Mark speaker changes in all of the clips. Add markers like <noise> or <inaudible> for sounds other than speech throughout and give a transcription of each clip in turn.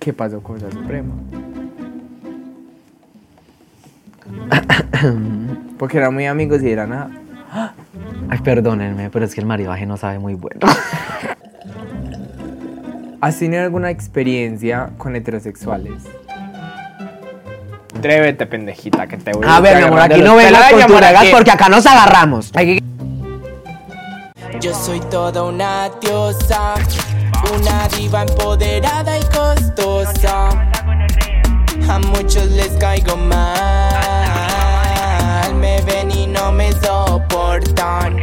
Speaker 1: ¿Qué pasó con la Suprema? <coughs> Porque eran muy amigos y eran nada.
Speaker 2: Ay, perdónenme, pero es que el maridaje no sabe
Speaker 1: <laughs>
Speaker 2: muy bueno.
Speaker 1: ¿Has tenido alguna experiencia con heterosexuales? Atrévete, pendejita, que te voy
Speaker 2: A ver, mi amor, aquí no vengas con tu regas porque acá nos agarramos. Aquí-
Speaker 3: Yo soy toda una diosa, una diva empoderada y costosa. A muchos les caigo mal, me ven y no me soportan.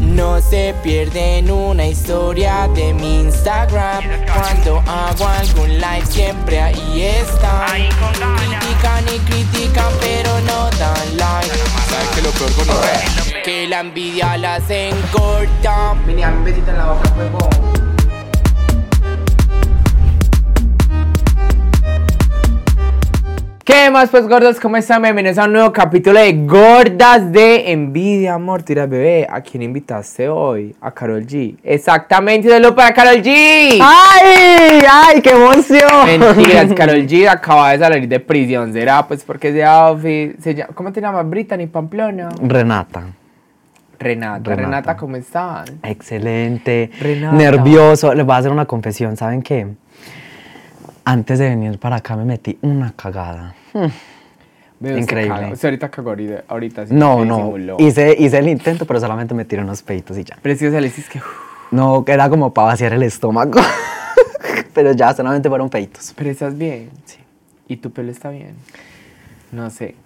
Speaker 3: No se pierden una historia de mi Instagram. Cuando hago algún live siempre ahí están. Critican y critican pero no dan like. ¿Sabes que lo peor Que la envidia las encorta. Vení, a un besito en la boca, huevón.
Speaker 1: ¿Qué más, pues, gordos? ¿Cómo están? Bienvenidos a un nuevo capítulo de Gordas de Envidia, Amor, Tira Bebé. ¿A quién invitaste hoy? A Carol G. Exactamente, un saludo para Carol G.
Speaker 2: ¡Ay! ¡Ay, qué emoción! <laughs>
Speaker 1: Mentiras, Carol G acaba de salir de prisión. ¿Será? Pues porque se outfit. Se llama, ¿Cómo te llamas? Brittany Pamplona.
Speaker 2: Renata.
Speaker 1: Renata, Renata,
Speaker 2: Renata.
Speaker 1: ¿cómo están?
Speaker 2: Excelente.
Speaker 1: Renata.
Speaker 2: Nervioso. Les voy a hacer una confesión. ¿Saben qué? Antes de venir para acá me metí una cagada.
Speaker 1: Hmm. Veo, se
Speaker 2: Increíble.
Speaker 1: cagó. Usted ahorita cagó, ahorita- ahorita sí
Speaker 2: No,
Speaker 1: me
Speaker 2: no.
Speaker 1: disimuló.
Speaker 2: Hice, hice el intento, pero solamente me tiré unos peitos y ya.
Speaker 1: Preciosa, le dices que. uff,
Speaker 2: No, que era como para vaciar el estómago. <laughs> pero ya solamente fueron peitos.
Speaker 1: Pero estás bien. Sí. ¿Y tu pelo está bien? No sé.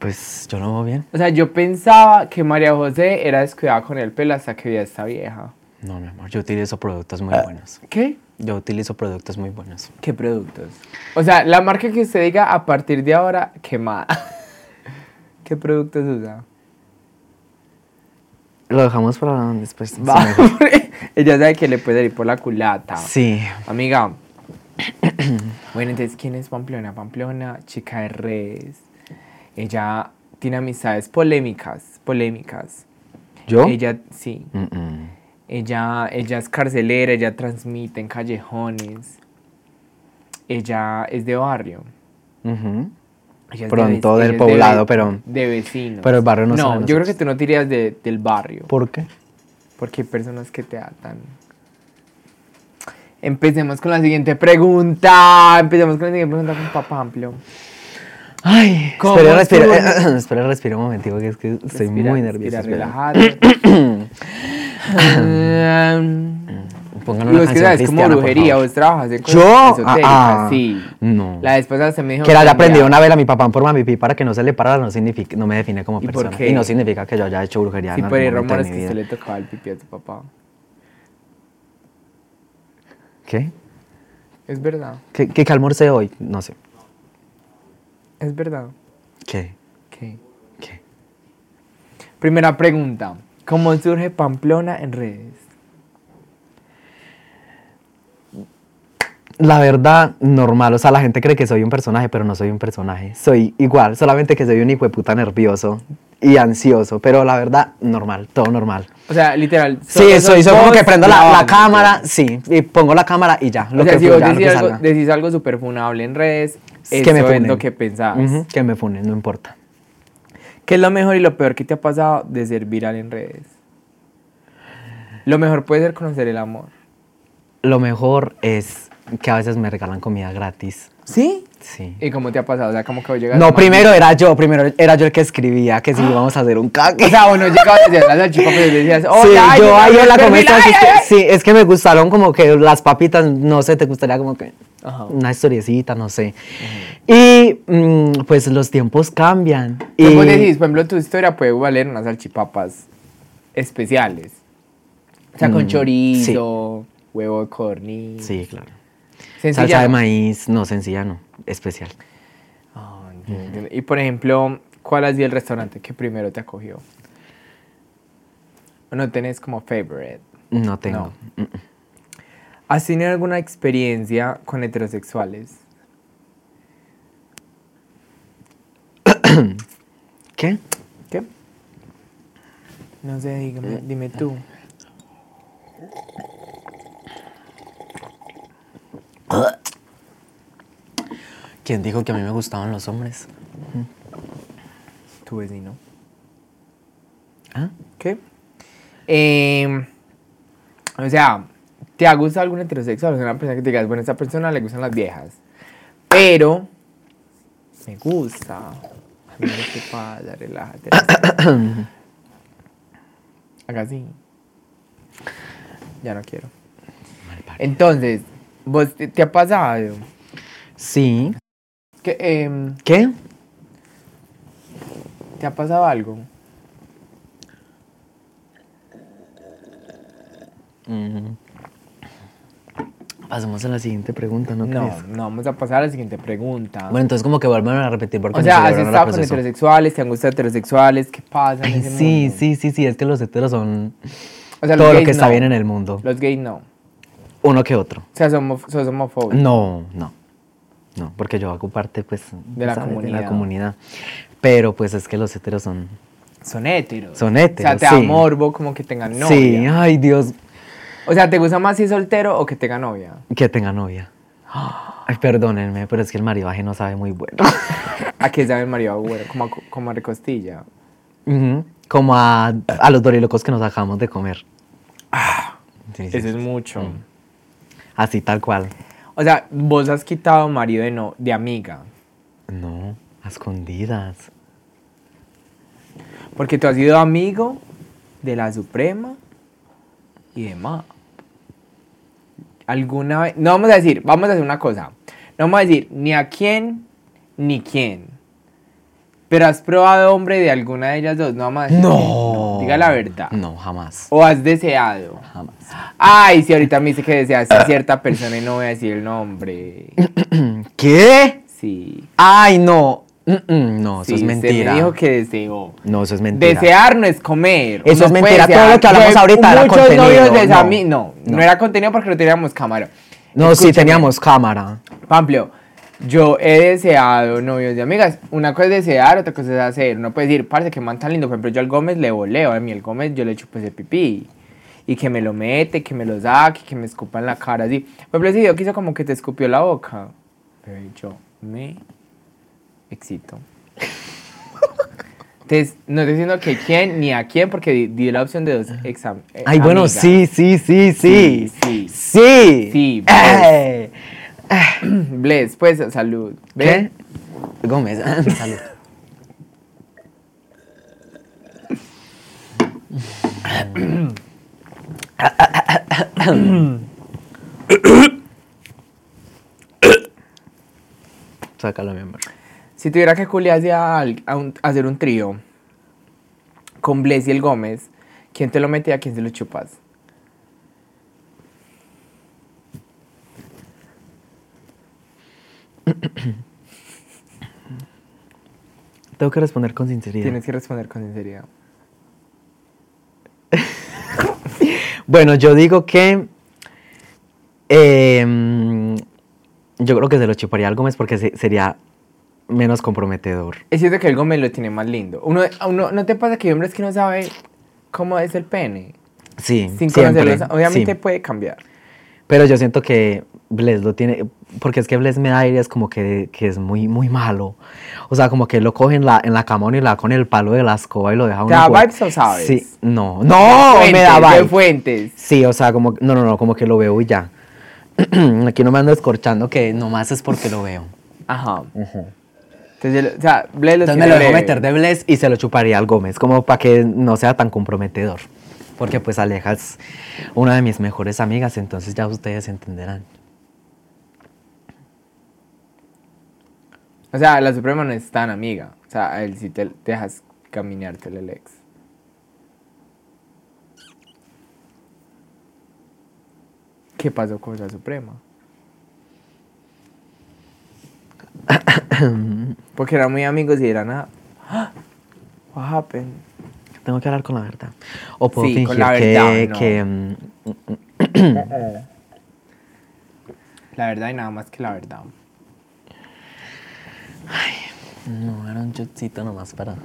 Speaker 2: Pues yo no veo bien.
Speaker 1: O sea, yo pensaba que María José era descuidada con el pelo hasta que vi a esta vieja.
Speaker 2: No, mi amor. Yo utilizo productos muy buenos.
Speaker 1: ¿Qué?
Speaker 2: Yo utilizo productos muy buenos.
Speaker 1: ¿Qué productos? O sea, la marca que usted diga a partir de ahora, quemada. <laughs> ¿Qué productos usa?
Speaker 2: Lo dejamos para después.
Speaker 1: Va, <laughs> Ella sabe que le puede ir por la culata.
Speaker 2: Sí.
Speaker 1: Amiga. <clears throat> bueno, entonces, ¿quién es Pamplona? Pamplona, chica de redes. Ella tiene amistades polémicas, polémicas.
Speaker 2: ¿Yo?
Speaker 1: Ella, sí.
Speaker 2: Mm-mm.
Speaker 1: Ella, ella es carcelera, ella transmite en callejones. Ella es de barrio.
Speaker 2: Ujú.
Speaker 1: Ella es de
Speaker 2: Pronto
Speaker 1: vec- ella
Speaker 2: del
Speaker 1: es de
Speaker 2: poblado,
Speaker 1: ve-
Speaker 2: pero-
Speaker 1: De vecinos.
Speaker 2: pero el barrio no sabe
Speaker 1: yo
Speaker 2: de
Speaker 1: creo que
Speaker 2: nosotros.
Speaker 1: tú no te irías de- del barrio.
Speaker 2: ¿Por qué?
Speaker 1: Porque hay personas que te atan. Empecemos con la siguiente pregunta. Empecemos con la siguiente pregunta con Papá Amplio.
Speaker 2: Ay,
Speaker 1: ¿Cómo
Speaker 2: espera, respira,
Speaker 1: estuvo?
Speaker 2: eh, <coughs> espera, respira un momentico, que es que estoy
Speaker 1: Respira,
Speaker 2: muy
Speaker 1: respira,
Speaker 2: nervioso. espera.
Speaker 1: relájate. Em,
Speaker 2: Pongan
Speaker 1: Y
Speaker 2: una
Speaker 1: vos que
Speaker 2: canción
Speaker 1: sabes como
Speaker 2: cristiana, por
Speaker 1: brujería,
Speaker 2: favor.
Speaker 1: vos trabajas en
Speaker 2: ¿Yo?
Speaker 1: cosas esotéricas,
Speaker 2: Ah, ah.
Speaker 1: sí.
Speaker 2: No.
Speaker 1: La esposa se me dijo...
Speaker 2: Que la
Speaker 1: mira,
Speaker 2: haya aprendido una vez a mi papá por mami pi para que no se le parara no, significa, no me define como
Speaker 1: ¿Y por
Speaker 2: persona.
Speaker 1: qué?
Speaker 2: Y no significa que yo haya hecho brujería
Speaker 1: Sí,
Speaker 2: en
Speaker 1: pero hay
Speaker 2: algún momento de
Speaker 1: rumores
Speaker 2: mi
Speaker 1: que
Speaker 2: vida.
Speaker 1: usted le tocaba el pipí a tu papá.
Speaker 2: ¿Qué?
Speaker 1: Es verdad,
Speaker 2: ¿Qué, qué, qué almorcé hoy? No sé.
Speaker 1: es verdad.
Speaker 2: ¿Qué?
Speaker 1: Ok.
Speaker 2: ¿Qué?
Speaker 1: Primera pregunta. ¿Cómo surge Pamplona en redes?
Speaker 2: La verdad, normal. O sea, la gente cree que soy un personaje, pero no soy un personaje. Soy igual, solamente que soy un hijo de puta nervioso y ansioso. Pero la verdad, normal, todo normal.
Speaker 1: O sea, literal.
Speaker 2: Sí, soy, soy como
Speaker 1: vos
Speaker 2: que prendo la,
Speaker 1: grabando,
Speaker 2: la
Speaker 1: ¿sí?
Speaker 2: cámara, sí, y pongo la cámara y ya,
Speaker 1: O
Speaker 2: lo
Speaker 1: sea,
Speaker 2: que
Speaker 1: si vos
Speaker 2: fluya, lo que
Speaker 1: decís algo,
Speaker 2: salga.
Speaker 1: decís algo súper funable en redes,
Speaker 2: Es
Speaker 1: eso es
Speaker 2: funen.
Speaker 1: lo que pensás.
Speaker 2: Ujú, que me funen, no importa.
Speaker 1: ¿Qué es lo mejor y lo peor que te ha pasado de ser viral en redes? Lo mejor puede ser conocer el amor.
Speaker 2: Lo mejor es que a veces me regalan comida gratis,
Speaker 1: ¿Sí?
Speaker 2: sí.
Speaker 1: ¿Y cómo te ha pasado? O sea, como que vos llegas...
Speaker 2: No,
Speaker 1: a-
Speaker 2: primero era yo, primero era yo el que
Speaker 1: <gasps>
Speaker 2: escribía que si íbamos a hacer un caque.
Speaker 1: O sea, vos no llegabas a decir las salchipapas y decías,
Speaker 2: sí,
Speaker 1: hola, ay,
Speaker 2: yo
Speaker 1: me
Speaker 2: ahí
Speaker 1: abrió
Speaker 2: en la
Speaker 1: el perfil,
Speaker 2: comida,
Speaker 1: ay,
Speaker 2: es
Speaker 1: ay,
Speaker 2: que-
Speaker 1: ay".
Speaker 2: sí, es que me gustaron como que las papitas, no sé, te gustaría como que
Speaker 1: Ajá.
Speaker 2: una historiecita, no sé. Y mm, pues los tiempos cambian.
Speaker 1: Pues
Speaker 2: y
Speaker 1: vos decís, por ejemplo, tu historia puede valer unas salchipapas especiales. O sea, con
Speaker 2: Mm,
Speaker 1: chorizo, huevo de corny.
Speaker 2: Sí, claro.
Speaker 1: Sencilla.
Speaker 2: Salsa de maíz, no, sencilla no, especial.
Speaker 1: Ah, entiendo, entiendo. Y por ejemplo, ¿cuál ha sido el restaurante que primero te acogió? ¿O no tenés como favorite?
Speaker 2: No tengo. Mm,
Speaker 1: ¿Has tenido alguna experiencia con heterosexuales?
Speaker 2: ¿Qué?
Speaker 1: ¿Qué?
Speaker 2: Eh,
Speaker 1: No sé, dígame, dime tú.
Speaker 2: ¿Quién dijo que a mí me gustaban los hombres?
Speaker 1: Tu vecino.
Speaker 2: ¿Ah?
Speaker 1: ¿Qué? Eh, o sea, ¿te ha gustado algún heterosexual? O sea, una persona que te digas, bueno, a esta persona le gustan las viejas. Pero, me gusta. A mí no te pasa, relájate. <coughs> Acá sí. Ya no quiero. Entonces, ¿vos te, te ha pasado?
Speaker 2: Sí.
Speaker 1: Que, em,
Speaker 2: ¿Qué?
Speaker 1: ¿Te ha pasado algo?
Speaker 2: Pasemos a la siguiente pregunta, ¿no,
Speaker 1: No,
Speaker 2: crees?
Speaker 1: no, vamos a pasar a la siguiente pregunta.
Speaker 2: Bueno, entonces como que vuelvan a repetir porque
Speaker 1: o
Speaker 2: mi
Speaker 1: sea, has
Speaker 2: cerebro no la
Speaker 1: estado con
Speaker 2: procesó.
Speaker 1: heterosexuales, te han gustado heterosexuales, ¿qué pasa? en
Speaker 2: Ay,
Speaker 1: ese
Speaker 2: sí,
Speaker 1: mundo?
Speaker 2: sí, sí, sí, es que los heteros son
Speaker 1: O sea, los
Speaker 2: todo lo
Speaker 1: gays
Speaker 2: que está
Speaker 1: no.
Speaker 2: bien en el mundo.
Speaker 1: Los gays no. O
Speaker 2: Uno que otro.
Speaker 1: sea, somos sos homofóbico.
Speaker 2: No, no. No, porque yo hago parte, pues,
Speaker 1: De la
Speaker 2: ¿sabes?
Speaker 1: comunidad.
Speaker 2: comunidad. Pero, pues, es que los heteros son...
Speaker 1: Son héteros.
Speaker 2: Mm. Son
Speaker 1: O sea,
Speaker 2: héteros,
Speaker 1: te da
Speaker 2: sí.
Speaker 1: morbo como que tengan novia.
Speaker 2: Sí, ay, Dios,
Speaker 1: O sea, ¿te gusta más si es soltero o que tenga novia?
Speaker 2: que tenga novia. Ay, perdónenme, pero es que el maridaje no sabe muy bueno.
Speaker 1: <laughs> ¿A qué sabe el marido bueno? Como a, co- como a recostilla.
Speaker 2: Ujú, Como a, a los dorilocos que nos dejamos de comer. Sí, sí, Mm.
Speaker 1: Eso es mucho.
Speaker 2: Así, tal cual.
Speaker 1: O sea, vos has quitado marido de, no, de amiga.
Speaker 2: No, a escondidas.
Speaker 1: Porque tú has sido amigo de la Suprema y demás. Alguna vez. No vamos a decir, vamos a hacer una cosa. No vamos a decir ni a quién ni quién. Pero has probado hombre de alguna de ellas dos. No vamos a decir. quién, Diga la verdad.
Speaker 2: No, jamás.
Speaker 1: O has deseado.
Speaker 2: Jamás.
Speaker 1: Ay, si ahorita me dice que deseaste a cierta persona y no voy a decir el nombre.
Speaker 2: ¿Qué?
Speaker 1: Sí.
Speaker 2: Ay, no. Mm, mm, no, eso
Speaker 1: sí,
Speaker 2: es
Speaker 1: se
Speaker 2: mentira.
Speaker 1: me dijo que deseó.
Speaker 2: No, eso es mentira.
Speaker 1: Desear no es comer.
Speaker 2: Eso
Speaker 1: Uno
Speaker 2: es
Speaker 1: puede
Speaker 2: mentira, todo lo que hablamos
Speaker 1: Fue-
Speaker 2: ahorita era
Speaker 1: muchos
Speaker 2: contenido,
Speaker 1: novios de
Speaker 2: no,
Speaker 1: Sami- no, no,
Speaker 2: no.
Speaker 1: era contenido porque no teníamos cámara.
Speaker 2: No, sí
Speaker 1: Escúchame,
Speaker 2: teníamos cámara.
Speaker 1: Pamplio, yo he deseado novios de amigas. Una cosa es desear, otra cosa es hacer. Uno puede decir, parce, que man tan lindo. Por ejemplo, yo al Gómez le voleo. A mí el Gómez yo le chupo ese pipí. Y que me lo mete, que me lo saque, que me escupa en la cara, así. Por ejemplo, ese video que hizo como que te escupió la boca. Pero yo me
Speaker 2: <laughs>
Speaker 1: excito. Entonces, no estoy diciendo que quién ni a quién, porque di, di la opción de dos eh, exámenes.
Speaker 2: Ay, bueno, sí, sí, sí, sí.
Speaker 1: Sí, sí.
Speaker 2: Sí.
Speaker 1: Sí, pues.
Speaker 2: Eh.
Speaker 1: Bless, pues, salud.
Speaker 2: ¿Qué? Gómez, ah, <laughs>
Speaker 1: <coughs>
Speaker 2: salud. Sácalo, mi amor.
Speaker 1: Si tuviera que culiarse a, al- a un- a hacer un trío con Bless y el Gómez, ¿quién te lo mete y a quién se lo chupas?
Speaker 2: Tengo que responder con sinceridad.
Speaker 1: Tienes que responder con sinceridad.
Speaker 2: Bueno, yo digo que. em, yo creo que se lo chuparía al Gómez porque se- sería menos comprometedor.
Speaker 1: Es cierto que el Gómez lo tiene más lindo. Uno, a uno- ¿No te pasa que hay hombres que no saben cómo es el pene?
Speaker 2: Sí,
Speaker 1: Sin
Speaker 2: siempre,
Speaker 1: conocerlos, obviamente
Speaker 2: sí.
Speaker 1: puede cambiar.
Speaker 2: Pero yo siento que Bless lo tiene, porque es que Bless me da aires como que, que es muy, muy malo. O sea, como que lo coge en la, en la camón y la con el palo de la escoba y lo deja
Speaker 1: ¿Te da
Speaker 2: vuelta.
Speaker 1: vibes o sabes?
Speaker 2: Sí, no, no,
Speaker 1: Fuentes,
Speaker 2: me
Speaker 1: de
Speaker 2: da vibes.
Speaker 1: fuentes.
Speaker 2: Sí, o sea, como, no, no, no, como que lo veo y ya. <clears throat> Aquí no me ando escorchando que nomás es porque lo veo.
Speaker 1: Ajá. Entonces, o sea, Bless lo
Speaker 2: Entonces
Speaker 1: tiene
Speaker 2: me lo dejo
Speaker 1: leve.
Speaker 2: meter de Bless y se lo chuparía al Gómez, como para que no sea tan comprometedor. Porque pues Aleja es una de mis mejores amigas, entonces ya ustedes entenderán.
Speaker 1: O sea, la Suprema no es tan amiga. O sea, a él sí te te dejas caminarte el ex. ¿Qué pasó con la <coughs> Suprema? Porque eran muy amigos y eran a... <gasps> What happened?
Speaker 2: Tengo que hablar con la verdad. O puedo
Speaker 1: Sí,
Speaker 2: fingir
Speaker 1: con la
Speaker 2: que-
Speaker 1: verdad, no.
Speaker 2: que, mm,
Speaker 1: La verdad y nada más que la verdad.
Speaker 2: No, era un chutcito nomás para.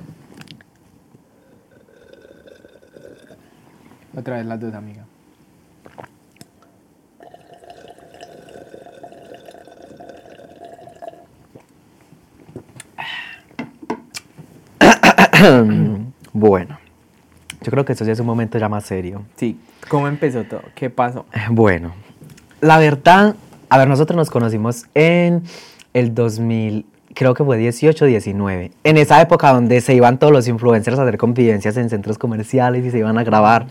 Speaker 1: Otra vez las dos, amiga.
Speaker 2: bueno, yo creo que esto ya es un momento ya más serio.
Speaker 1: Sí, ¿cómo empezó todo? ¿Qué pasó?
Speaker 2: Bueno, la verdad, a ver, nosotros nos conocimos en el 2000, creo que fue 18, 19. En esa época donde se iban todos los influencers a hacer confidencias en centros comerciales y se iban a grabar.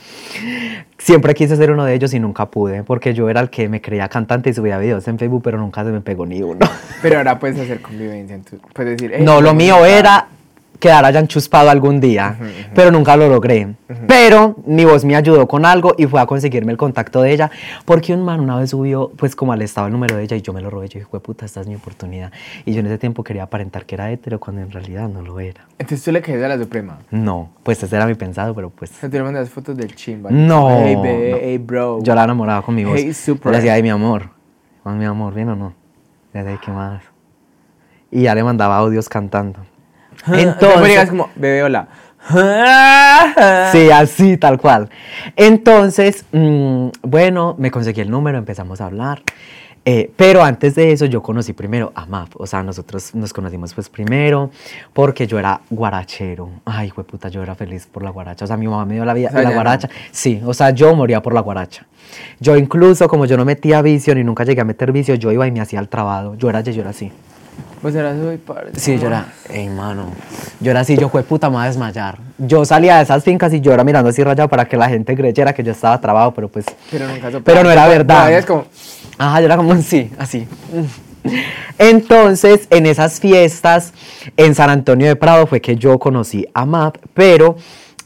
Speaker 2: Siempre quise ser uno de ellos y nunca pude, porque yo era el que me creía cantante y subía videos en Facebook, pero nunca se me pegó ni uno.
Speaker 1: Pero ahora puedes hacer convivencia, entonces, puedes decir... "Eh,
Speaker 2: No, lo
Speaker 1: vamos a
Speaker 2: mío
Speaker 1: estar".
Speaker 2: era quedar allá enchuspado algún día, pero nunca lo logré. Pero mi voz me ayudó con algo y fue a conseguirme el contacto de ella, porque un man una vez subió, pues como al estado el número de ella y yo me lo robé, yo dije, puta, esta es mi oportunidad. Y yo en ese tiempo quería aparentar que era hetero cuando en realidad no lo era.
Speaker 1: Entonces tú le caes a la Suprema.
Speaker 2: No, pues ese era mi pensado, pero pues...
Speaker 1: O sea, tú le mandas fotos del chimba.
Speaker 2: No.
Speaker 1: Hey, bebé,
Speaker 2: no.
Speaker 1: hey, bro.
Speaker 2: Yo la enamoraba con mi voz.
Speaker 1: Hey,
Speaker 2: Yo
Speaker 1: super.
Speaker 2: le decía, ay, mi amor. Ay, mi amor, ¿bien o no? Le decía, "Ay, ¿qué más? Y ya le mandaba
Speaker 1: <laughs>
Speaker 2: audios cantando.
Speaker 1: Entonces...
Speaker 2: Entonces...
Speaker 1: llegas como, bebé, hola.
Speaker 2: <laughs> Sí, así, tal cual. Entonces, mm, bueno, me conseguí el número, empezamos a hablar. Eh, pero antes de eso yo conocí primero a MAP, o sea, nosotros nos conocimos pues primero porque yo era guarachero. Ay, puta, yo era feliz por la guaracha, o sea, mi mamá me dio la vida
Speaker 1: O sea,
Speaker 2: la
Speaker 1: ya no.
Speaker 2: guaracha. Sí, o sea, yo moría por la guaracha. Yo incluso, como yo no metía vicio ni nunca llegué a meter vicio, yo iba y me hacía el trabado. Yo era, yo era así.
Speaker 1: Pues ahora soy parte.
Speaker 2: Sí, yo era, ey, mano, yo era así, yo fue puta, me voy a desmayar. Yo salía de esas fincas y yo era mirando así rayado para que la gente creyera que yo estaba trabado, pero pues...
Speaker 1: Pero nunca soplaste.
Speaker 2: Pero no era verdad.
Speaker 1: Todavía es como-
Speaker 2: Ajá, yo era como así, así. Entonces, en esas fiestas en San Antonio de Prado fue que yo conocí a MAP, pero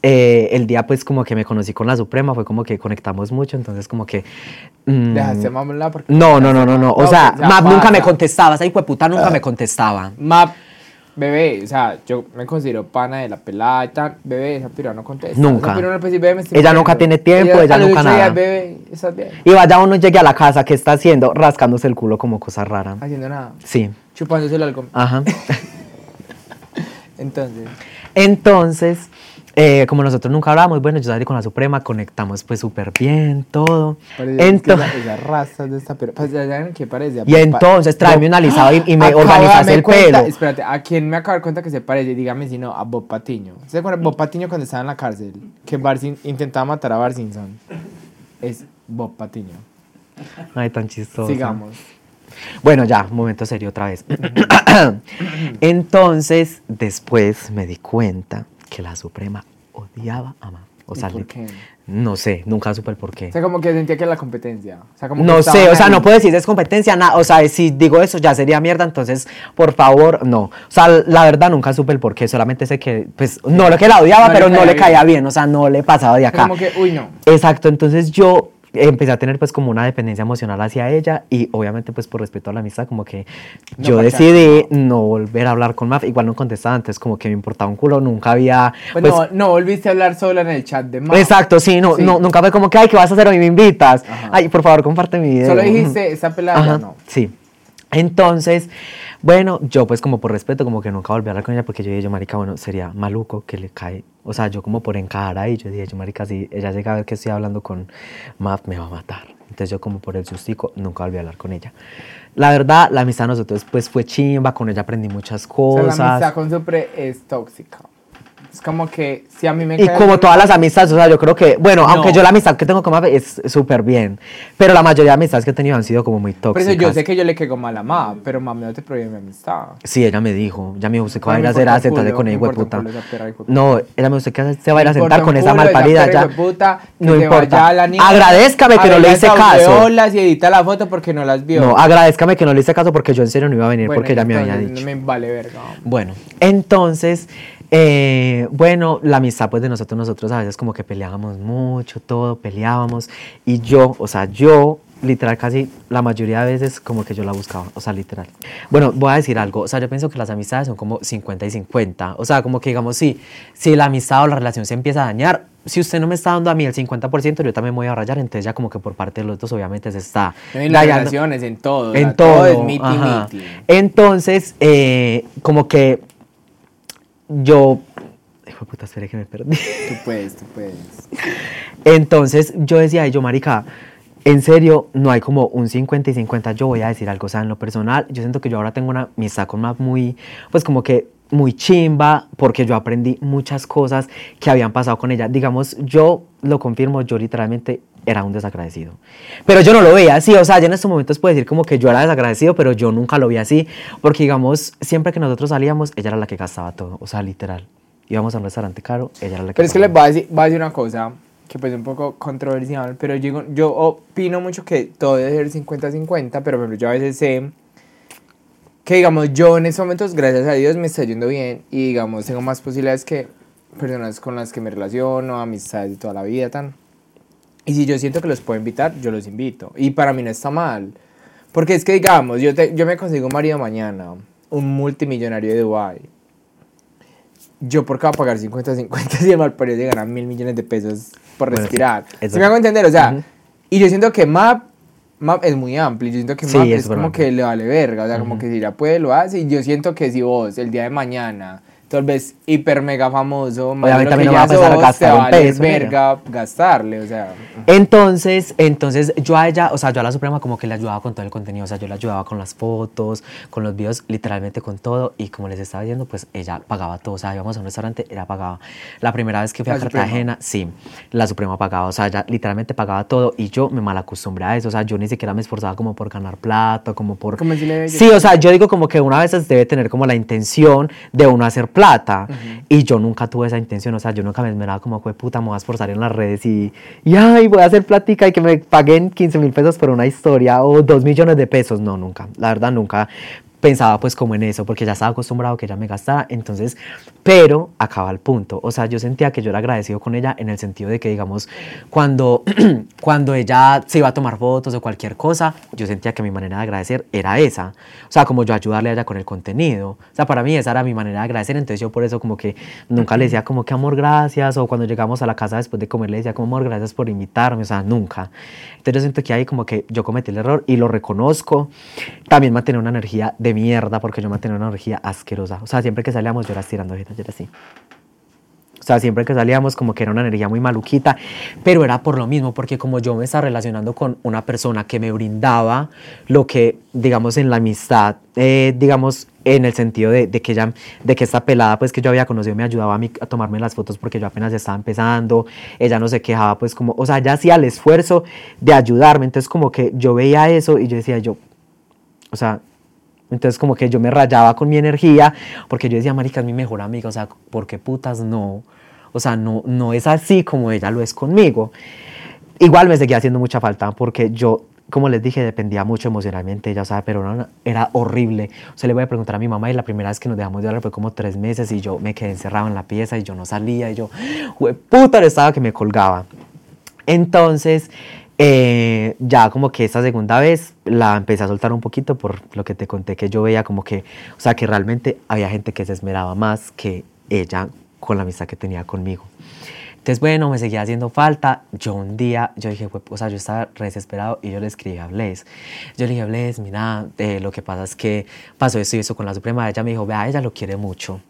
Speaker 2: eh, el día pues como que me conocí con la Suprema, fue como que conectamos mucho, entonces como que... mm,
Speaker 1: Dejaste mamá porque...
Speaker 2: no, no, no, no, no. O
Speaker 1: No,
Speaker 2: sea,
Speaker 1: pues, ya
Speaker 2: MAP nunca
Speaker 1: pasa.
Speaker 2: me
Speaker 1: Ah.
Speaker 2: contestaba, esa puta nunca me contestaba.
Speaker 1: Map, bebé, o sea, yo me considero pana de la pelada y tal. Bebé, esa pira no contesta.
Speaker 2: Nunca.
Speaker 1: Esa pira no le puede decir, "Bebé, me estoy
Speaker 2: Ella nunca
Speaker 1: muriendo".
Speaker 2: tiene tiempo, ella
Speaker 1: a los
Speaker 2: nunca
Speaker 1: ocho días,
Speaker 2: nada.
Speaker 1: Bebé, estás bien.
Speaker 2: Y vaya uno llegue a la casa, ¿qué está haciendo? Rascándose el culo como cosa rara.
Speaker 1: Haciendo nada.
Speaker 2: Sí.
Speaker 1: Chupándose el alcohol.
Speaker 2: Ajá.
Speaker 1: Entonces,
Speaker 2: Entonces, eh, como nosotros nunca hablamos, bueno, yo salí con la Suprema, conectamos pues súper bien, todo.
Speaker 1: parece que
Speaker 2: Entonces,
Speaker 1: esa- esas razas de esta pira. Pues, ¿saben qué parece?
Speaker 2: <laughs> y entonces tráeme un alisado y, y me
Speaker 1: Acabo de
Speaker 2: organizas
Speaker 1: darme
Speaker 2: el
Speaker 1: cuenta-
Speaker 2: pelo.
Speaker 1: Espérate, ¿a quién me acabo de dar cuenta que se parece? Dígame si no, a Bob Patiño. ¿Se acuerdan de Bob Patiño cuando estaba en la cárcel? Que Barsin intentaba matar a Barsinson. Es Bob Patiño.
Speaker 2: Ay, tan chistoso.
Speaker 1: Sigamos.
Speaker 2: Bueno, ya, momento serio otra vez. <coughs> Entonces, después me di cuenta que la Suprema odiaba a Ma. O
Speaker 1: ¿Y
Speaker 2: sea,
Speaker 1: por
Speaker 2: le-
Speaker 1: qué?
Speaker 2: no sé, nunca supe el por qué.
Speaker 1: O sea, como que sentía que era la competencia. O sea, como que
Speaker 2: No sé,
Speaker 1: estaban
Speaker 2: o sea,
Speaker 1: ahí.
Speaker 2: no puedo decir es competencia, nada, o sea, si digo eso ya sería mierda, entonces, por favor, no. O sea, la verdad nunca supe el porqué, solamente sé que, pues, no lo que la odiaba,
Speaker 1: No le
Speaker 2: pero no
Speaker 1: caía
Speaker 2: le caía bien. o sea, no le pasaba de acá.
Speaker 1: Como que, uy, no.
Speaker 2: Exacto, entonces yo empecé a tener pues como una dependencia emocional hacia ella y obviamente pues por respeto a la amistad como que
Speaker 1: No
Speaker 2: yo
Speaker 1: parchar,
Speaker 2: decidí no volver a hablar con Maf, igual no contestaba antes como que me importaba un culo, nunca había...
Speaker 1: Pues,
Speaker 2: pues,
Speaker 1: no, no volviste a hablar sola en el chat de más.
Speaker 2: Exacto, sí, no,
Speaker 1: Sí.
Speaker 2: no, nunca fue como que, ay, ¿qué vas a hacer hoy? Me invitas.
Speaker 1: Ajá.
Speaker 2: Ay, por favor, comparte mi video.
Speaker 1: Solo dijiste, esa pelada ya
Speaker 2: Ajá,
Speaker 1: no.
Speaker 2: Sí. Entonces, bueno, yo pues como por respeto, como que nunca volví a hablar con ella porque yo dije, yo, marica, bueno, sería maluco que le cae. O sea, yo como por encajar ahí, yo dije, yo, marica, si ella llega a ver que estoy hablando con Map, me va a matar. Entonces yo como por el sustico, nunca volví a hablar con ella. La verdad, la amistad de nosotros pues fue chimba, con ella aprendí muchas
Speaker 1: O sea,
Speaker 2: cosas.
Speaker 1: la amistad con Supre es tóxica. Es como que si a mí me
Speaker 2: Y
Speaker 1: cae
Speaker 2: como
Speaker 1: bien-
Speaker 2: todas las amistades, o sea, yo creo que, bueno, aunque
Speaker 1: No.
Speaker 2: yo la amistad que tengo con Map es súper bien, pero la mayoría de amistades que he tenido han sido como muy
Speaker 1: Por
Speaker 2: tóxicas.
Speaker 1: eso yo sé que yo le caigo mal a Ma, pero mami no te prohíbe mi amistad.
Speaker 2: Sí, ella me dijo, ya me dijo, usted
Speaker 1: No
Speaker 2: qué va a ir
Speaker 1: me
Speaker 2: a hacer
Speaker 1: importa
Speaker 2: a
Speaker 1: un
Speaker 2: sentarse
Speaker 1: culo,
Speaker 2: con
Speaker 1: no
Speaker 2: esa
Speaker 1: me importa un
Speaker 2: hueputa.
Speaker 1: culo esa perra hijueputa.
Speaker 2: No, ella me dijo, usted qué se va a ir a
Speaker 1: Me
Speaker 2: sentar
Speaker 1: importa
Speaker 2: con
Speaker 1: un
Speaker 2: esa
Speaker 1: culo,
Speaker 2: malparida
Speaker 1: perra
Speaker 2: ya.
Speaker 1: hijueputa, que
Speaker 2: No
Speaker 1: se vaya a
Speaker 2: importa.
Speaker 1: la niña,
Speaker 2: Agradézcame que no le
Speaker 1: arregla
Speaker 2: hice
Speaker 1: esas
Speaker 2: caso.
Speaker 1: hueolas y edita la foto porque no las vio.
Speaker 2: No, agradézcame que no le hice caso porque yo en serio no iba a venir
Speaker 1: Bueno,
Speaker 2: porque ella me había
Speaker 1: entonces,
Speaker 2: dicho.
Speaker 1: Me vale verga. hombre.
Speaker 2: Bueno, entonces, eh, bueno, la amistad pues de nosotros, nosotros a veces como que peleábamos mucho, todo, peleábamos. Y yo, o sea, yo literal casi la mayoría de veces como que yo la buscaba, o sea, literal. Bueno, voy a decir algo, o sea, yo pienso que las amistades son como 50 y 50, o sea, como que digamos, sí, si la amistad o la relación se empieza a dañar, si usted no me está dando a mí el 50%, yo también me voy a rayar, entonces ya como que por parte de los dos obviamente se está...
Speaker 1: En las
Speaker 2: rayando.
Speaker 1: relaciones, en todo. o sea,
Speaker 2: En todo.
Speaker 1: es miti
Speaker 2: ajá.
Speaker 1: miti.
Speaker 2: Entonces, eh, como que yo. Hijo de puta, espere que me perdí. <laughs>
Speaker 1: Tú puedes, tú puedes.
Speaker 2: Entonces yo decía, "Ay, yo, marica, en serio, no hay como un 50 y 50. Yo voy a decir algo, o sea, en lo personal, yo siento que yo ahora tengo una amistad con Map muy, pues como que muy chimba porque yo aprendí muchas cosas que habían pasado con ella. Digamos, yo lo confirmo, yo literalmente era un desagradecido. Pero yo no lo veía así, o sea, yo en estos momentos puedo decir como que yo era desagradecido, pero yo nunca lo vi así, porque digamos, siempre que nosotros salíamos, ella era la que gastaba todo, o sea, literal. Íbamos a un restaurante caro, ella era la que
Speaker 1: Pero es que les
Speaker 2: pagaba.
Speaker 1: voy a decir, voy a decir una cosa que pues es un poco controversial, pero yo, digo- yo opino mucho que todo debe ser 50-50, pero por ejemplo, yo a veces sé que, digamos, yo en estos momentos, gracias a Dios, me está yendo bien y, digamos, tengo más posibilidades que personas con las que me relaciono, amistades de toda la vida, tan. Y si yo siento que los puedo invitar, yo los invito. Y para mí no está mal. Porque es que, digamos, yo, te- yo me consigo un marido mañana, un multimillonario de Dubai yo por qué voy a pagar <laughs> 50-50 si el malparido se gana mil millones de pesos por
Speaker 2: Bueno, sí,
Speaker 1: respirar. Si
Speaker 2: es
Speaker 1: me
Speaker 2: verdad.
Speaker 1: hago entender? O sea,
Speaker 2: Ujú.
Speaker 1: y yo siento que MAP, MAP es muy amplio. Yo siento que
Speaker 2: Sí,
Speaker 1: MAP
Speaker 2: es
Speaker 1: es, como
Speaker 2: verdad.
Speaker 1: que le vale verga. O sea, como que si ya puede, lo hace. Y yo siento que si vos el día de mañana, tal vez hiper mega famoso, más de
Speaker 2: Obviamente
Speaker 1: lo
Speaker 2: a mí
Speaker 1: que
Speaker 2: no me
Speaker 1: ya
Speaker 2: va a pesar
Speaker 1: sos,
Speaker 2: gastar
Speaker 1: te
Speaker 2: un
Speaker 1: va a valer
Speaker 2: peso, mira.
Speaker 1: verga gastarle. O sea,
Speaker 2: Entonces, entonces yo a ella, o sea, yo a la Suprema como que le ayudaba con todo el contenido, o sea, yo la ayudaba con las fotos, con los videos, literalmente con todo, y como les estaba diciendo, pues ella pagaba todo, o sea, íbamos a un restaurante, ella pagaba. La primera vez que fui
Speaker 1: La
Speaker 2: a
Speaker 1: Suprema.
Speaker 2: Cartagena, sí, la Suprema pagaba, o sea, ella literalmente pagaba todo, y yo me malacostumbré a eso, o sea, yo ni siquiera me esforzaba como por ganar plata, como por...
Speaker 1: Como si le-
Speaker 2: sí, o sea, yo digo como que una vez debe tener como la intención de uno hacer plata. Y yo nunca tuve esa intención, o sea, yo nunca me esmeraba como, "Jue puta, me voy a esforzar en las redes y, y ay, voy a hacer plática y que me paguen 15 mil pesos por una historia o 2 millones de pesos. No, nunca, la verdad, nunca pensaba pues como en eso, porque ya estaba acostumbrado que ella me gastara, entonces, pero acaba el punto, o sea, yo sentía que yo era agradecido con ella en el sentido de que, digamos, cuando, <clears throat> cuando ella se iba a tomar fotos o cualquier cosa, yo sentía que mi manera de agradecer era esa, o sea, como yo ayudarle a ella con el contenido, o sea, para mí esa era mi manera de agradecer, entonces yo por eso como que nunca le decía como que amor, gracias, o cuando llegamos a la casa después de comer le decía como amor, gracias por invitarme, o sea, nunca, entonces yo siento que ahí como que yo cometí el error y lo reconozco, también mantenía una energía de mierda porque yo mantenía una energía asquerosa. O sea, siempre que salíamos yo era tirando ojetas, yo era así. O sea, siempre que salíamos como que era una energía muy maluquita, pero era por lo mismo, porque como yo me estaba relacionando con una persona que me brindaba lo que, digamos, en la amistad, eh, digamos, en el sentido de, de que ella, de que esta pelada, pues, que yo había conocido me ayudaba a, mí a tomarme las fotos porque yo apenas estaba empezando, ella no se quejaba, pues, como, o sea, ella hacía el esfuerzo de ayudarme, entonces como que yo veía eso y yo decía, yo, o sea, entonces como que yo me rayaba con mi energía porque yo decía, marica, es mi mejor amiga, o sea, ¿por qué putas no? O sea, no, no es así como ella lo es conmigo. Igual me seguía haciendo mucha falta porque yo, como les dije, dependía mucho emocionalmente, ella, o sea, pero era, una- era horrible. O sea, le voy a preguntar a mi mamá y la primera vez que nos dejamos de hablar fue como tres meses y yo me quedé encerrado en la pieza y yo no salía y yo, puta, le estaba que me colgaba. Entonces, eh, ya como que esta segunda vez la empecé a soltar un poquito por lo que te conté que yo veía como que, o sea, que realmente había gente que se esmeraba más que ella con la amistad que tenía conmigo. Entonces, bueno, me seguía haciendo falta. Yo un día, yo dije, "Jue- o sea, yo estaba re desesperado y yo le escribí a Blaze. Yo le dije, Blaze, mira, eh, lo que pasa es que pasó esto y eso con la Suprema. Ella me dijo, vea, ella lo quiere mucho.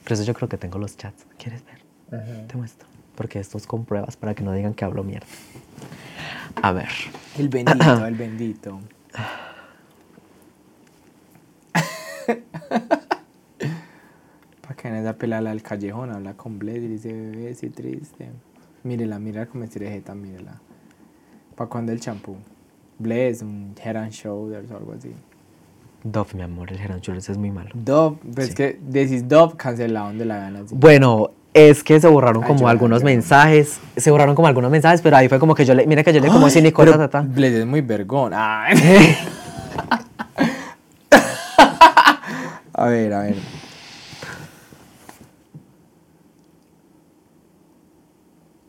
Speaker 2: Incluso yo creo que tengo los chats. ¿Quieres ver? Te muestro. Porque esto es con pruebas para que no digan que hablo mierda. A ver.
Speaker 1: el bendito, el <laughs> bendito. Para que en esa pelada del callejón habla con Bled y dice, bebé, sí triste. Mírela, mírala como estirejeta, mírela. ¿Para cuándo el champú? Bled, un head and shoulders o algo así.
Speaker 2: Duff, mi amor, el Head and Shoulders es muy malo.
Speaker 1: Dove, pues es que decís Dove, cancelado donde la gana. así.
Speaker 2: Bueno, es que se borraron
Speaker 1: Ay,
Speaker 2: como
Speaker 1: yo-
Speaker 2: algunos
Speaker 1: yo-
Speaker 2: mensajes. Se borraron como algunos mensajes, pero ahí fue como que yo le. Mira que yo le como cínico.
Speaker 1: Pero
Speaker 2: ta, ta, ta.
Speaker 1: Bled es muy vergón. Ay. <laughs> a ver, a ver.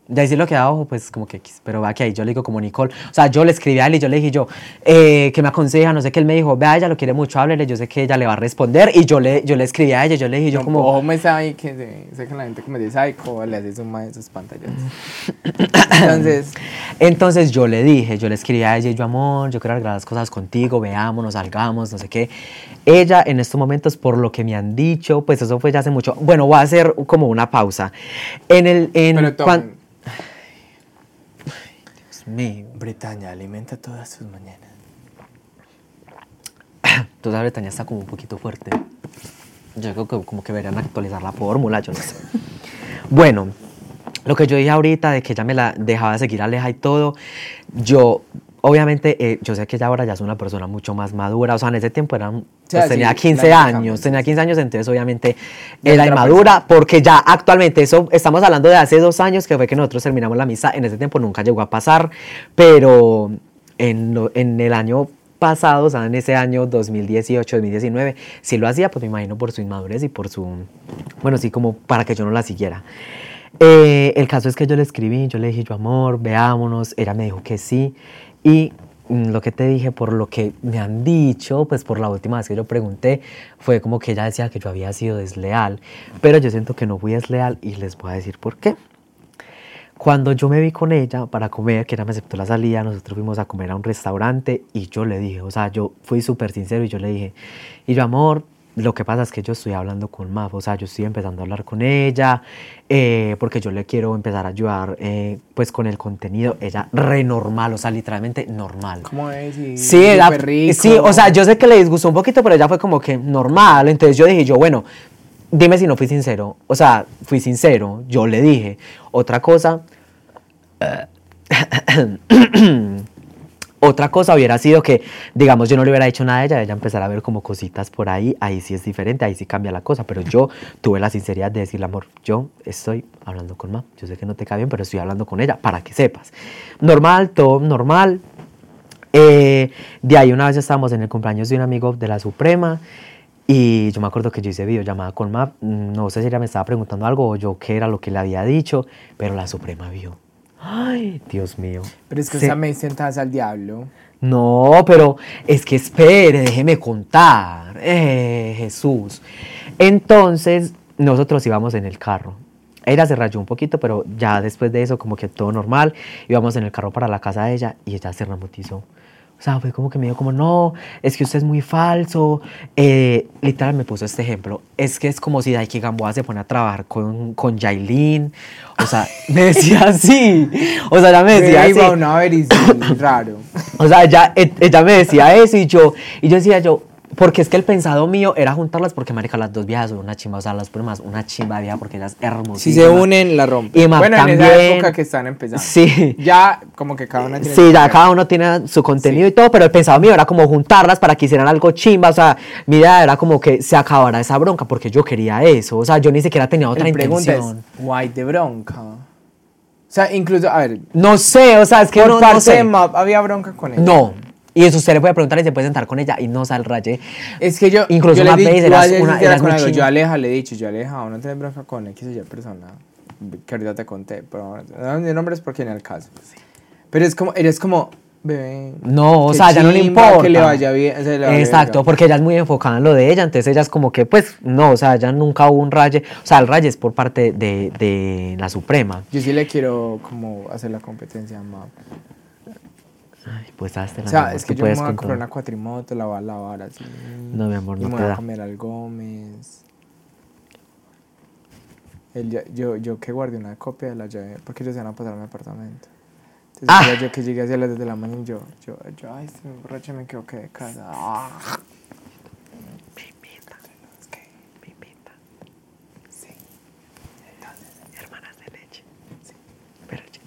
Speaker 2: De ahí sí lo que da ojo, pues como que X. Pero vea que ahí yo le digo como Nicole. O sea, yo le escribí a él y yo le dije yo, eh, que me aconseja, no sé qué. Él me dijo, vea, ella lo quiere mucho, háblele. Yo sé que ella le va a responder. Y yo le, yo le escribí a ella, yo le dije yo
Speaker 1: como
Speaker 2: como.
Speaker 1: ojo me sabe que se, sé que la gente como dice psycho le hace suma de sus pantallas
Speaker 2: Mm.
Speaker 1: entonces
Speaker 2: Entonces yo le dije, yo le escribí a ella, y yo amor, yo quiero arreglar las cosas contigo, veámonos, salgamos, no sé qué. Ella en estos momentos, por lo que me han dicho, pues eso fue ya hace mucho. Bueno, voy a hacer como una pausa. En el... <clears throat> En
Speaker 1: pero Tom
Speaker 2: cuan- Dios mío.
Speaker 1: Bretaña alimenta todas sus mañanas
Speaker 2: Entonces la Bretaña está como un poquito fuerte. Yo creo que como que deberían actualizar la fórmula, yo no sé. bueno, lo que yo dije ahorita de que ella me la dejaba seguir Aleja y todo, yo obviamente, eh, yo sé que ella ahora ya es una persona mucho más madura, o sea, en ese tiempo eran,
Speaker 1: sea,
Speaker 2: pues, tenía
Speaker 1: sí,
Speaker 2: 15
Speaker 1: claro,
Speaker 2: años,
Speaker 1: cambios.
Speaker 2: tenía 15 años, entonces obviamente
Speaker 1: De
Speaker 2: era
Speaker 1: otra
Speaker 2: inmadura, porque ya actualmente, eso estamos hablando de hace dos años que fue que nosotros terminamos la misa, en ese tiempo nunca llegó a pasar, pero en, lo- en el año pasado, o sea, en ese año 2018, 2019, si lo hacía, pues me imagino por su inmadurez y por su, bueno, sí, como para que yo no la siguiera. Eh, el caso es que yo le escribí, yo le dije, yo amor, veámonos. Ella me dijo que sí. Y mm, lo que te dije, por lo que me han dicho, pues por la última vez que yo pregunté, fue como que ella decía que yo había sido desleal. Pero yo siento que no fui desleal y les voy a decir por qué. Cuando yo me vi con ella para comer, que ella me aceptó la salida, nosotros fuimos a comer a un restaurante y yo le dije, o sea, yo fui súper sincero y yo le dije, y yo, amor, lo que pasa es que yo estoy hablando con Maf, o sea, yo estoy empezando a hablar con ella, eh, porque yo le quiero empezar a ayudar, eh, pues, con el contenido. Ella, re normal, o sea, literalmente normal.
Speaker 1: ¿Cómo es? Y
Speaker 2: Sí, era-
Speaker 1: súper rico.
Speaker 2: sí, o sea, yo sé que le disgustó un poquito, pero ella fue como que normal. Entonces yo dije, yo, bueno, dime si no fui sincero. O sea, fui sincero, yo le dije. Otra cosa, eh, <clears throat>
Speaker 1: <clears throat>
Speaker 2: otra cosa hubiera sido que, digamos, yo no le hubiera dicho nada a ella, ella empezara a ver como cositas por ahí, ahí sí es diferente, ahí sí cambia la cosa, pero yo tuve la sinceridad de decirle, amor, yo estoy hablando con Ma, yo sé que no te cae bien, pero estoy hablando con ella, para que sepas. Normal, todo normal. Eh, de ahí una vez estábamos en el cumpleaños de un amigo de la Suprema y yo me acuerdo que yo hice videollamada con Ma, mm, no sé si ella me estaba preguntando algo o yo qué era lo que le había dicho, pero la Suprema vio. Ay, Dios mío.
Speaker 1: Pero es que
Speaker 2: Se-
Speaker 1: esa me sentas al diablo.
Speaker 2: no, pero es que espere, déjeme contar. Eh, Jesús. Entonces, nosotros íbamos en el carro. Ella se rayó un poquito, pero ya después de eso, como que todo normal. Íbamos en el carro para la casa de ella y ella se ramotizó. O sea, fue como que me dijo como, no, es que usted es muy falso. Eh, literal, me puso este ejemplo. Es que es como si Daiki Gamboa se pone a trabajar con, con Yailin. O sea, me decía así. O
Speaker 1: <laughs>
Speaker 2: sea, ya me decía
Speaker 1: Pero
Speaker 2: así.
Speaker 1: iba una
Speaker 2: <coughs>
Speaker 1: verisil, raro.
Speaker 2: O sea, ella, e- ella me decía eso y yo, y yo decía yo, porque es que el pensado mío era juntarlas porque, marica, las dos viejas son una chimba, o sea, las primas, una chimba vieja porque ellas hermosas.
Speaker 1: la rompen.
Speaker 2: Y Map
Speaker 1: bueno, en esa
Speaker 2: también.
Speaker 1: época que están empezando.
Speaker 2: Sí.
Speaker 1: Ya, como que cada una tiene
Speaker 2: Sí,
Speaker 1: su
Speaker 2: ya
Speaker 1: cara.
Speaker 2: cada uno tiene su contenido y todo, pero el pensado mío era como juntarlas para que hicieran algo chimba, o sea, mi idea era como que se acabara esa bronca porque yo quería eso, o sea, yo ni siquiera tenía otra
Speaker 1: La pregunta es,
Speaker 2: intención.
Speaker 1: why de bronca? O sea, incluso, a ver,
Speaker 2: No sé, o sea, es que
Speaker 1: por
Speaker 2: no, no
Speaker 1: parte
Speaker 2: sé.
Speaker 1: de Map había bronca con él.
Speaker 2: No. Y eso usted le puede preguntar y se puede sentar con ella y no sale raye.
Speaker 1: Es que yo,
Speaker 2: Incluso
Speaker 1: yo le
Speaker 2: Map
Speaker 1: di-
Speaker 2: me dice,
Speaker 1: yo
Speaker 2: eras
Speaker 1: ayer
Speaker 2: una-
Speaker 1: sincera
Speaker 2: eras
Speaker 1: con
Speaker 2: muy
Speaker 1: algo, yo
Speaker 2: chimba.
Speaker 1: a Aleja le he dicho, yo a Aleja, no tenés bronca con X o Y persona, que ahorita te conté, pero no de nombres porque en el caso. Pero es como, eres como, bebé.
Speaker 2: No, o
Speaker 1: qué
Speaker 2: sea, ya no le
Speaker 1: chimba,
Speaker 2: importa.
Speaker 1: Que le vaya bien. o sea, le vaya
Speaker 2: Exacto,
Speaker 1: verga.
Speaker 2: porque ella es muy enfocada en lo de ella, entonces ella es como que, pues, no, o sea, ya nunca hubo un raye. O sea, el raye es por parte de, de la Suprema.
Speaker 1: Yo sí le quiero como hacer la competencia a Map.
Speaker 2: Ay, pues, hazte la
Speaker 1: O sea,
Speaker 2: mejor
Speaker 1: es que yo me
Speaker 2: puedes
Speaker 1: voy a
Speaker 2: con
Speaker 1: comprar
Speaker 2: todo.
Speaker 1: una cuatrimoto, la voy a lavar así.
Speaker 2: No, mi amor,
Speaker 1: y
Speaker 2: no
Speaker 1: me
Speaker 2: te
Speaker 1: voy a
Speaker 2: da.
Speaker 1: comer al Gómez. Él ya- yo, yo que guardé una copia de la llave, porque ellos se van a pasar a mi apartamento. Entonces
Speaker 2: Ah.
Speaker 1: yo- yo que llegué hacia las 10 de la mañana y yo, yo, yo, ay, estoy borracha, me equivoqué de casa. Ah. Es que, sí.
Speaker 2: Hermanas de leche. Pero, che-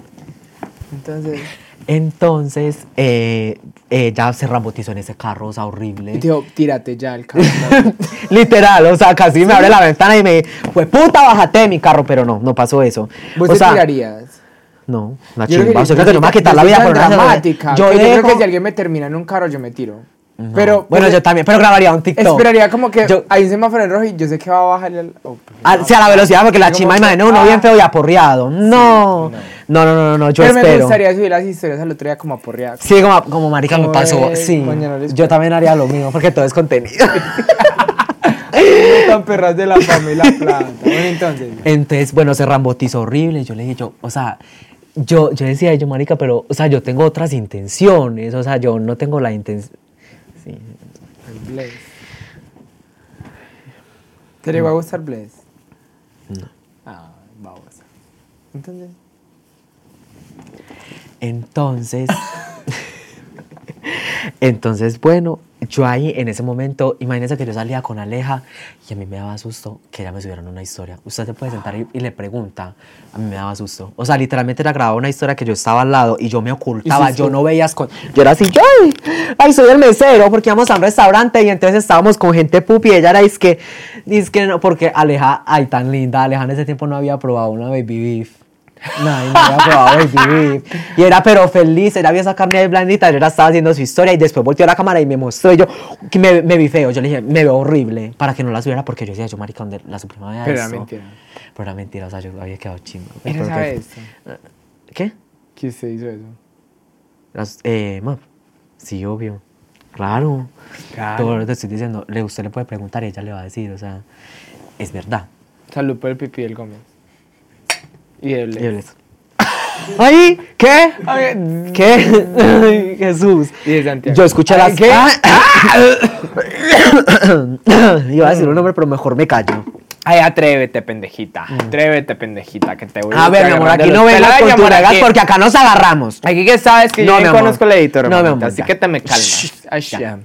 Speaker 1: Entonces,
Speaker 2: ¿Eh? Entonces, eh, ella se rambotizó en ese carro, o sea, horrible.
Speaker 1: y dijo, tírate ya el carro.
Speaker 2: <laughs> Literal, o sea, casi me abre la ventana y me fue puta, bájate de mi carro, pero no, no pasó eso.
Speaker 1: ¿Vos
Speaker 2: o
Speaker 1: te
Speaker 2: sea,
Speaker 1: tirarías?
Speaker 2: No, una
Speaker 1: Yo creo
Speaker 2: chimba.
Speaker 1: que-
Speaker 2: O sea, creo que no me va a
Speaker 1: yo
Speaker 2: quitar la
Speaker 1: soy
Speaker 2: vida
Speaker 1: tan
Speaker 2: por una
Speaker 1: dramática.
Speaker 2: Yo
Speaker 1: que Yo, creo
Speaker 2: dejo-
Speaker 1: que si alguien me termina en un carro, yo me tiro.
Speaker 2: No.
Speaker 1: Pero,
Speaker 2: bueno,
Speaker 1: pues,
Speaker 2: yo también, pero grabaría un TikTok.
Speaker 1: Esperaría como que
Speaker 2: Yo-
Speaker 1: hay un semáforo en rojo y yo sé que va a bajar el. oh, pues,
Speaker 2: Ah, sí, a la velocidad, porque la
Speaker 1: Yo
Speaker 2: chima,
Speaker 1: como que,
Speaker 2: imagina uno
Speaker 1: ah.
Speaker 2: bien feo y aporreado. No. No, no, no, no, no, yo
Speaker 1: Pero me
Speaker 2: espero.
Speaker 1: gustaría subir las historias al otro día como aporreada.
Speaker 2: Sí, como, como marica me
Speaker 1: Como,
Speaker 2: pasó.
Speaker 1: eh,
Speaker 2: Sí.
Speaker 1: mañana les
Speaker 2: Yo
Speaker 1: cuento.
Speaker 2: también haría lo mismo, porque todo es
Speaker 1: <laughs>
Speaker 2: contenido.
Speaker 1: Tan perras de la familia planta. Bueno,
Speaker 2: <laughs>
Speaker 1: entonces.
Speaker 2: Entonces, bueno, se rambotizó horrible. Yo le dije, yo, o sea, yo, yo decía, yo, marica, pero, o sea, yo tengo otras intenciones. O sea, yo no tengo la intención. Sí.
Speaker 1: el Bless. ¿Te llegó a gustar Bless?
Speaker 2: No.
Speaker 1: Ah, vamos. Entonces.
Speaker 2: Entonces, entonces, bueno, yo ahí en ese momento, imagínense que yo salía con Aleja y a mí me daba susto que ella me subiera una historia. Usted se puede sentar y, y le pregunta, a mí me daba susto. O sea, literalmente era grababa una historia que yo estaba al lado y yo me ocultaba, yo no veía. escon- Yo era así, yo, ay, ay, soy el mesero, porque íbamos a un restaurante y entonces estábamos con gente pupi y ella era, es que, no, porque Aleja, ay, tan linda, Aleja en ese tiempo no había probado una baby beef. No, y no había probado baby beef. Y era pero feliz, era vio esa carne ahí blandita, yo era estaba haciendo su historia y después volteó a la cámara y me mostró y yo que me, me vi feo, yo le dije, me veo horrible, para que no la subiera porque yo decía, yo marica, donde la suprema vea
Speaker 1: Pero era
Speaker 2: esto.
Speaker 1: mentira.
Speaker 2: Pero era mentira, o sea, yo había quedado chingo.
Speaker 1: Era esa vez
Speaker 2: ¿Qué?
Speaker 1: que usted hizo eso.
Speaker 2: Las- eh, ma, sí, obvio. Claro.
Speaker 1: Claro.
Speaker 2: Todo lo que te estoy diciendo, le, usted le puede preguntar y ella le va a decir, o sea, es verdad.
Speaker 1: Salud por el pipí del Gómez. Y el
Speaker 2: Y yo les- ¡Ay! ¿Qué? ¿Qué? Ay, Jesús.
Speaker 1: Y de Santiago.
Speaker 2: Yo escuché
Speaker 1: Ay,
Speaker 2: las...
Speaker 1: ¿qué?
Speaker 2: Ah. <coughs> Iba a decir un nombre, pero mejor me callo.
Speaker 1: Ay, atrévete, pendejita. Atrévete, pendejita, que te voy
Speaker 2: Mm. A ver, mi amor, aquí no vengas con tu regas porque acá nos agarramos.
Speaker 1: Aquí que sabes que
Speaker 2: No,
Speaker 1: yo
Speaker 2: mi
Speaker 1: me
Speaker 2: amor.
Speaker 1: conozco el editor,
Speaker 2: No, mi
Speaker 1: hermanita,
Speaker 2: amor,
Speaker 1: así
Speaker 2: ya.
Speaker 1: que te me calmas.
Speaker 2: Shh,
Speaker 1: Ay,
Speaker 2: ya.
Speaker 1: ya.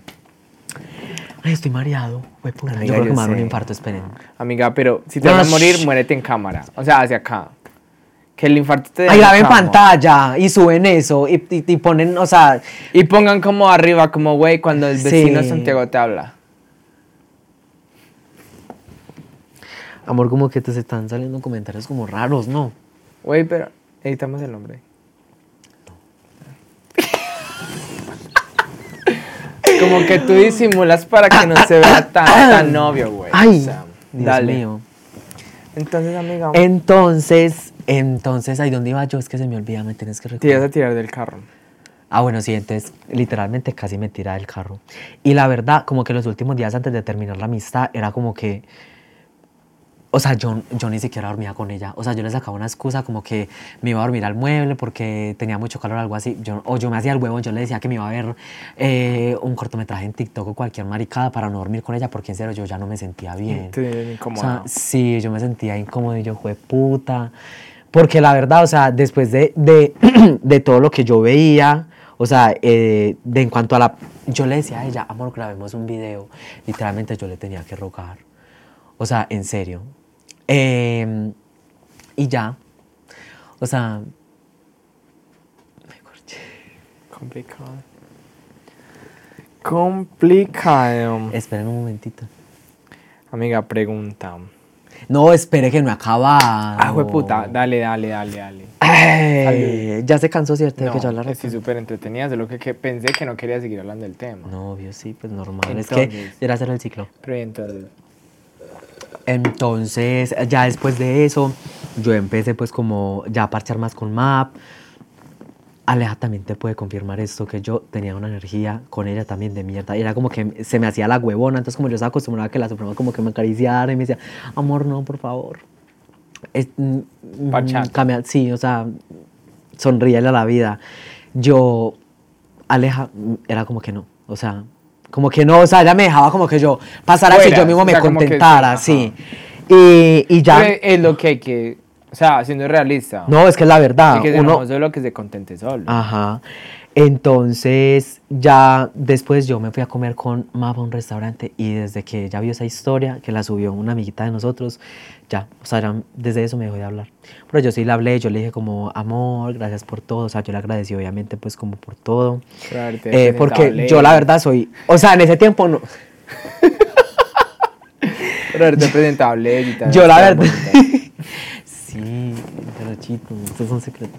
Speaker 2: Ay, estoy mareado. güey, puta.
Speaker 1: Amiga,
Speaker 2: Yo creo que
Speaker 1: yo
Speaker 2: me va a dar un
Speaker 1: sé.
Speaker 2: infarto, esperen.
Speaker 1: Amiga, pero si te
Speaker 2: No,
Speaker 1: vas a morir,
Speaker 2: shh.
Speaker 1: muérete en cámara. O sea, hacia acá. Que el infarto te dé
Speaker 2: Ahí graben
Speaker 1: cama.
Speaker 2: pantalla y suben eso y, y- y ponen, o sea,
Speaker 1: Y pongan como arriba, como güey, cuando el vecino
Speaker 2: Sí.
Speaker 1: Santiago te habla.
Speaker 2: amor, como que te se están saliendo comentarios como raros, ¿no?
Speaker 1: Güey, pero editamos el nombre. Como que tú disimulas para que no se vea tan, tan novio, güey.
Speaker 2: Ay,
Speaker 1: O sea,
Speaker 2: Dios
Speaker 1: dale.
Speaker 2: mío. Eh.
Speaker 1: Entonces, amiga,
Speaker 2: Entonces, entonces, ahí donde iba yo, es que se me olvida, me tienes que
Speaker 1: te ibas
Speaker 2: recordar.
Speaker 1: a tirar del carro.
Speaker 2: Ah, bueno, sí, entonces literalmente casi me tira del carro. Y la verdad, como que los últimos días antes de terminar la amistad, era como que. O sea, yo, yo ni siquiera dormía con ella. O sea, yo le sacaba una excusa como que me iba a dormir al mueble porque tenía mucho calor o algo así. Yo, o yo me hacía el huevo, yo le decía que me iba a ver eh, un cortometraje en TikTok o cualquier maricada para no dormir con ella porque en serio yo ya no me sentía bien.
Speaker 1: Te incomodado.
Speaker 2: O sea, sí, yo me sentía incómodo y yo, fue puta. Porque la verdad, o sea, después de, de, <clears throat> de todo lo que yo veía, o sea, eh, de en cuanto a la... Yo le decía a ella, amor, grabemos un video. Literalmente yo le tenía que rogar. O sea, en serio. Eh, y ya. O sea,
Speaker 1: Complicado. Complicado.
Speaker 2: esperen un momentito.
Speaker 1: Amiga, pregunta.
Speaker 2: No, espere que no he acabado.
Speaker 1: Ah, güey, puta. Dale, dale, dale, dale.
Speaker 2: Ay, Eh, ya se cansó, ¿cierto? de
Speaker 1: No,
Speaker 2: que yo hablara
Speaker 1: estoy súper entretenida, solo que, que pensé que no quería seguir hablando del tema.
Speaker 2: No, obvio, sí, pues normal. es que
Speaker 1: Entonces.
Speaker 2: era hacer el ciclo.
Speaker 1: Pero y entonces,
Speaker 2: Entonces, ya después de eso, yo empecé pues como ya a parchar más con Map. Aleja también te puede confirmar esto, que yo tenía una energía con ella también de mierda. Era como que se me hacía la huevona, entonces como yo estaba acostumbrada a que la Suprema como que me acariciara y me decía, amor, no, por favor. Es, mm, mm,
Speaker 1: Parchar.
Speaker 2: cambia- sí, o sea, sonríele a la vida. Yo, Aleja, mm, era como que no, o sea, como que no, o sea, ella me dejaba como que yo pasara que
Speaker 1: Fuera,
Speaker 2: yo mismo
Speaker 1: o
Speaker 2: me
Speaker 1: sea, como que sí,
Speaker 2: contentara,
Speaker 1: ajá.
Speaker 2: sí. Y, y ya,
Speaker 1: Pero eh, es lo que hay que, o sea, siendo realista.
Speaker 2: no, es que es la verdad,
Speaker 1: hay que ser
Speaker 2: uno, Ah,
Speaker 1: famoso de lo que se contente solo.
Speaker 2: Ajá. Entonces, ya después yo me fui a comer con Mapa a un restaurante y desde que ella vio esa historia, que la subió una amiguita de nosotros, ya, o sea, ya desde eso me dejó de hablar. Pero yo sí le hablé, yo le dije como, amor, gracias por todo, o sea, yo le agradecí obviamente pues como por todo.
Speaker 1: Por haberte
Speaker 2: Eh,
Speaker 1: presentado
Speaker 2: porque
Speaker 1: ley,
Speaker 2: yo la verdad soy, o sea, en ese tiempo no,
Speaker 1: Por haberte presentado ley y tal.
Speaker 2: <laughs> Yo la verdad.
Speaker 1: bonita.
Speaker 2: sí, pero chito, esto es un secreto.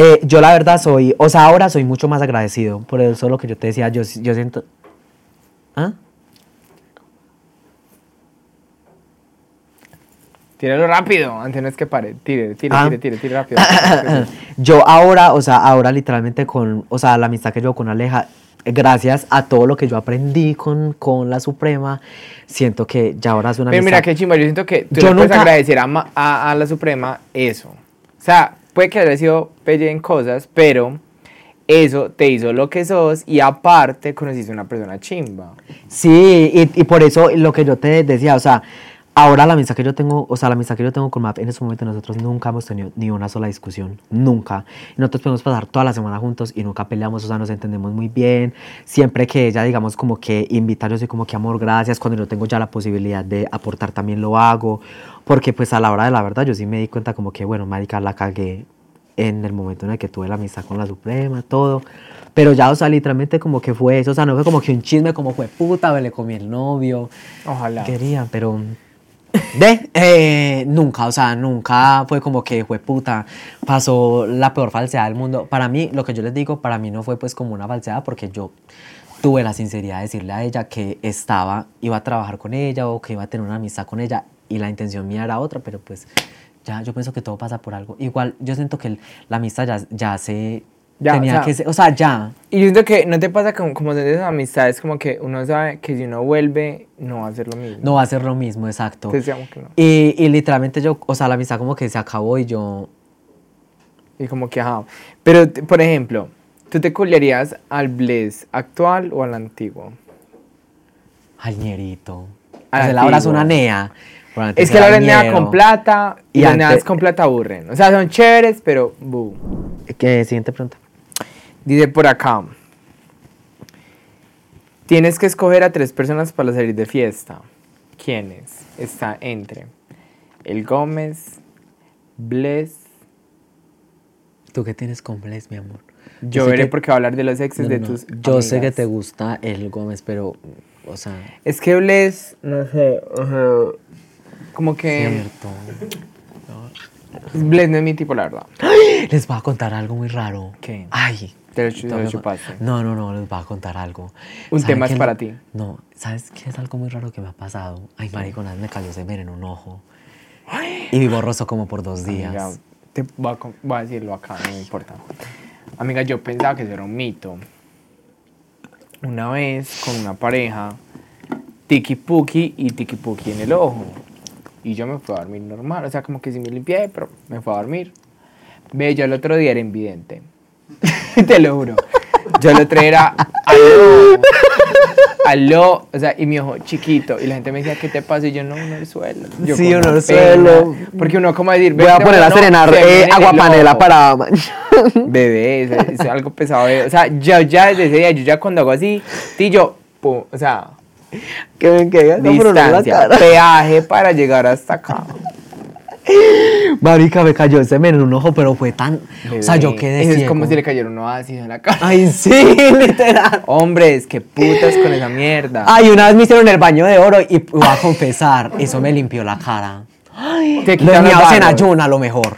Speaker 2: Eh, yo la verdad soy, o sea, ahora soy mucho más agradecido. Por eso lo que yo te decía, yo, yo siento. ¿Ah?
Speaker 1: Tíralo rápido, antes no es que pare. Tire, tire,
Speaker 2: Ah.
Speaker 1: tire, tire, tire
Speaker 2: <laughs>
Speaker 1: rápido.
Speaker 2: yo ahora, o sea, ahora literalmente con, o sea, la amistad que yo con Aleja, gracias a todo lo que yo aprendí con, con la Suprema, siento que ya ahora es una
Speaker 1: Pero mira
Speaker 2: amistad-
Speaker 1: qué chimba, yo siento que tú
Speaker 2: Yo
Speaker 1: le puedes
Speaker 2: nunca-
Speaker 1: agradecer a, ma- a- a la Suprema eso. O sea, puede que haya sido pelle en cosas, pero eso te hizo lo que sos y aparte conociste una persona chimba.
Speaker 2: Sí, y, y por eso lo que yo te decía, o sea, Ahora la amistad que yo tengo, o sea, la amistad que yo tengo con Map, en este momento nosotros nunca hemos tenido ni una sola discusión, nunca. Nosotros podemos pasar toda la semana juntos y nunca peleamos, o sea, nos entendemos muy bien. Siempre que ella, digamos, como que invita, yo soy como que amor, gracias. Cuando yo tengo ya la posibilidad de aportar, también lo hago. Porque pues a la hora de la verdad yo sí me di cuenta como que, bueno, marica, la cagué en el momento en el que tuve la amistad con la Suprema, todo. Pero ya, o sea, literalmente como que fue eso, o sea, no fue como que un chisme, como fue puta, me le comí el novio.
Speaker 1: Ojalá.
Speaker 2: Quería, <laughs> pero. De, eh, nunca, o sea, nunca fue como que fue puta, pasó la peor falsedad del mundo. Para mí, lo que yo les digo, para mí no fue pues como una falsedad porque yo tuve la sinceridad de decirle a ella que estaba, iba a trabajar con ella o que iba a tener una amistad con ella y la intención mía era otra, pero pues ya yo pienso que todo pasa por algo. Igual yo siento que el- la amistad ya, ya se
Speaker 1: Ya,
Speaker 2: tenía
Speaker 1: o sea-
Speaker 2: que ser, o sea, ya.
Speaker 1: Y yo siento que no te pasa como, como de esas amistades, como que uno sabe que si uno vuelve, no va a ser lo mismo.
Speaker 2: No va a ser lo mismo, exacto.
Speaker 1: Entonces, digamos que no.
Speaker 2: Y, y literalmente yo, o sea, la amistad como que se acabó y yo,
Speaker 1: Y como que, ajá. Pero, t- por ejemplo, ¿tú te culiarías al Bless actual o al antiguo?
Speaker 2: al ñerito.
Speaker 1: Al
Speaker 2: O sea, la hora es
Speaker 1: antiguo.
Speaker 2: una nea. pero antes
Speaker 1: Ah, Es que
Speaker 2: era
Speaker 1: la nea
Speaker 2: ñero.
Speaker 1: con plata y,
Speaker 2: Y
Speaker 1: las
Speaker 2: antes-
Speaker 1: neas con plata aburren. O sea, son chéveres, pero boom.
Speaker 2: ¿Qué? Siguiente pregunta.
Speaker 1: Dice por acá. Tienes que escoger a tres personas para salir de fiesta. ¿Quiénes? Está entre el Gómez, Bless,
Speaker 2: ¿Tú qué tienes con Bless, mi amor?
Speaker 1: yo
Speaker 2: sé
Speaker 1: veré
Speaker 2: que-
Speaker 1: porque va a hablar de los exes
Speaker 2: no,
Speaker 1: de
Speaker 2: no,
Speaker 1: tus
Speaker 2: Yo sé que
Speaker 1: amigas.
Speaker 2: te gusta el Gómez, pero, o sea,
Speaker 1: Es que Bless, no sé, o sea, como que <laughs>
Speaker 2: cierto.
Speaker 1: Bless no es mi tipo, la verdad.
Speaker 2: Les voy a contar algo muy raro.
Speaker 1: ¿Qué?
Speaker 2: Ay.
Speaker 1: Te lo chu-
Speaker 2: tengo
Speaker 1: lo
Speaker 2: que-
Speaker 1: chupaste.
Speaker 2: No, no, no, les voy a contar algo.
Speaker 1: Un
Speaker 2: ¿Saben
Speaker 1: tema es
Speaker 2: qué es
Speaker 1: para
Speaker 2: lo-
Speaker 1: ti.
Speaker 2: No, ¿sabes qué es algo muy raro que me ha pasado? Ay, marico, una vez me cayó semen en un
Speaker 1: <gasps>
Speaker 2: ojo. Y vivo borroso como por dos días.
Speaker 1: Amiga, te voy a, con- voy a decirlo acá, no me importa. Amiga, yo pensaba que eso era un mito. Una vez con una pareja, tiki puki y tiki puki en el ojo. Y yo me fui a dormir normal, o sea, como que sí me limpié, pero me fui a dormir. Ve, yo el otro día era invidente. <laughs> Te lo juro. Yo el otro día era aló, aló, o sea, y mi ojo chiquito. Y la gente me decía, ¿qué te pasa? Y yo no, no el suelo. Yo
Speaker 2: Sí,
Speaker 1: con
Speaker 2: uno
Speaker 1: la pena,
Speaker 2: al suelo.
Speaker 1: Porque uno, como decir,
Speaker 2: Voy a
Speaker 1: "Vente,
Speaker 2: poner a
Speaker 1: bueno,
Speaker 2: serenar
Speaker 1: se me
Speaker 2: eh,
Speaker 1: en
Speaker 2: agua
Speaker 1: el
Speaker 2: panela
Speaker 1: ojo".
Speaker 2: para...
Speaker 1: <laughs> Bebé, es, es algo pesado. bebé. O sea, yo ya desde ese día, yo ya cuando hago así, ti yo, pum, o sea,
Speaker 2: que me caiga no, pero no en la
Speaker 1: distancia,
Speaker 2: cara.
Speaker 1: peaje para llegar hasta acá.
Speaker 2: Marica, me cayó semen en un ojo, pero fue tan... O sea, yo
Speaker 1: Bebé,
Speaker 2: quedé
Speaker 1: eso
Speaker 2: ciego.
Speaker 1: Es como si le cayera uno ácido en la cara.
Speaker 2: Ay, sí, <laughs> literal.
Speaker 1: Hombres, qué putas con esa mierda.
Speaker 2: Ay, una vez me hicieron el baño de oro y voy a confesar, eso me limpió la cara.
Speaker 1: Te
Speaker 2: Los
Speaker 1: quitan los
Speaker 2: miados en
Speaker 1: barros.
Speaker 2: ayuna, a lo
Speaker 1: <gasps>
Speaker 2: mejor.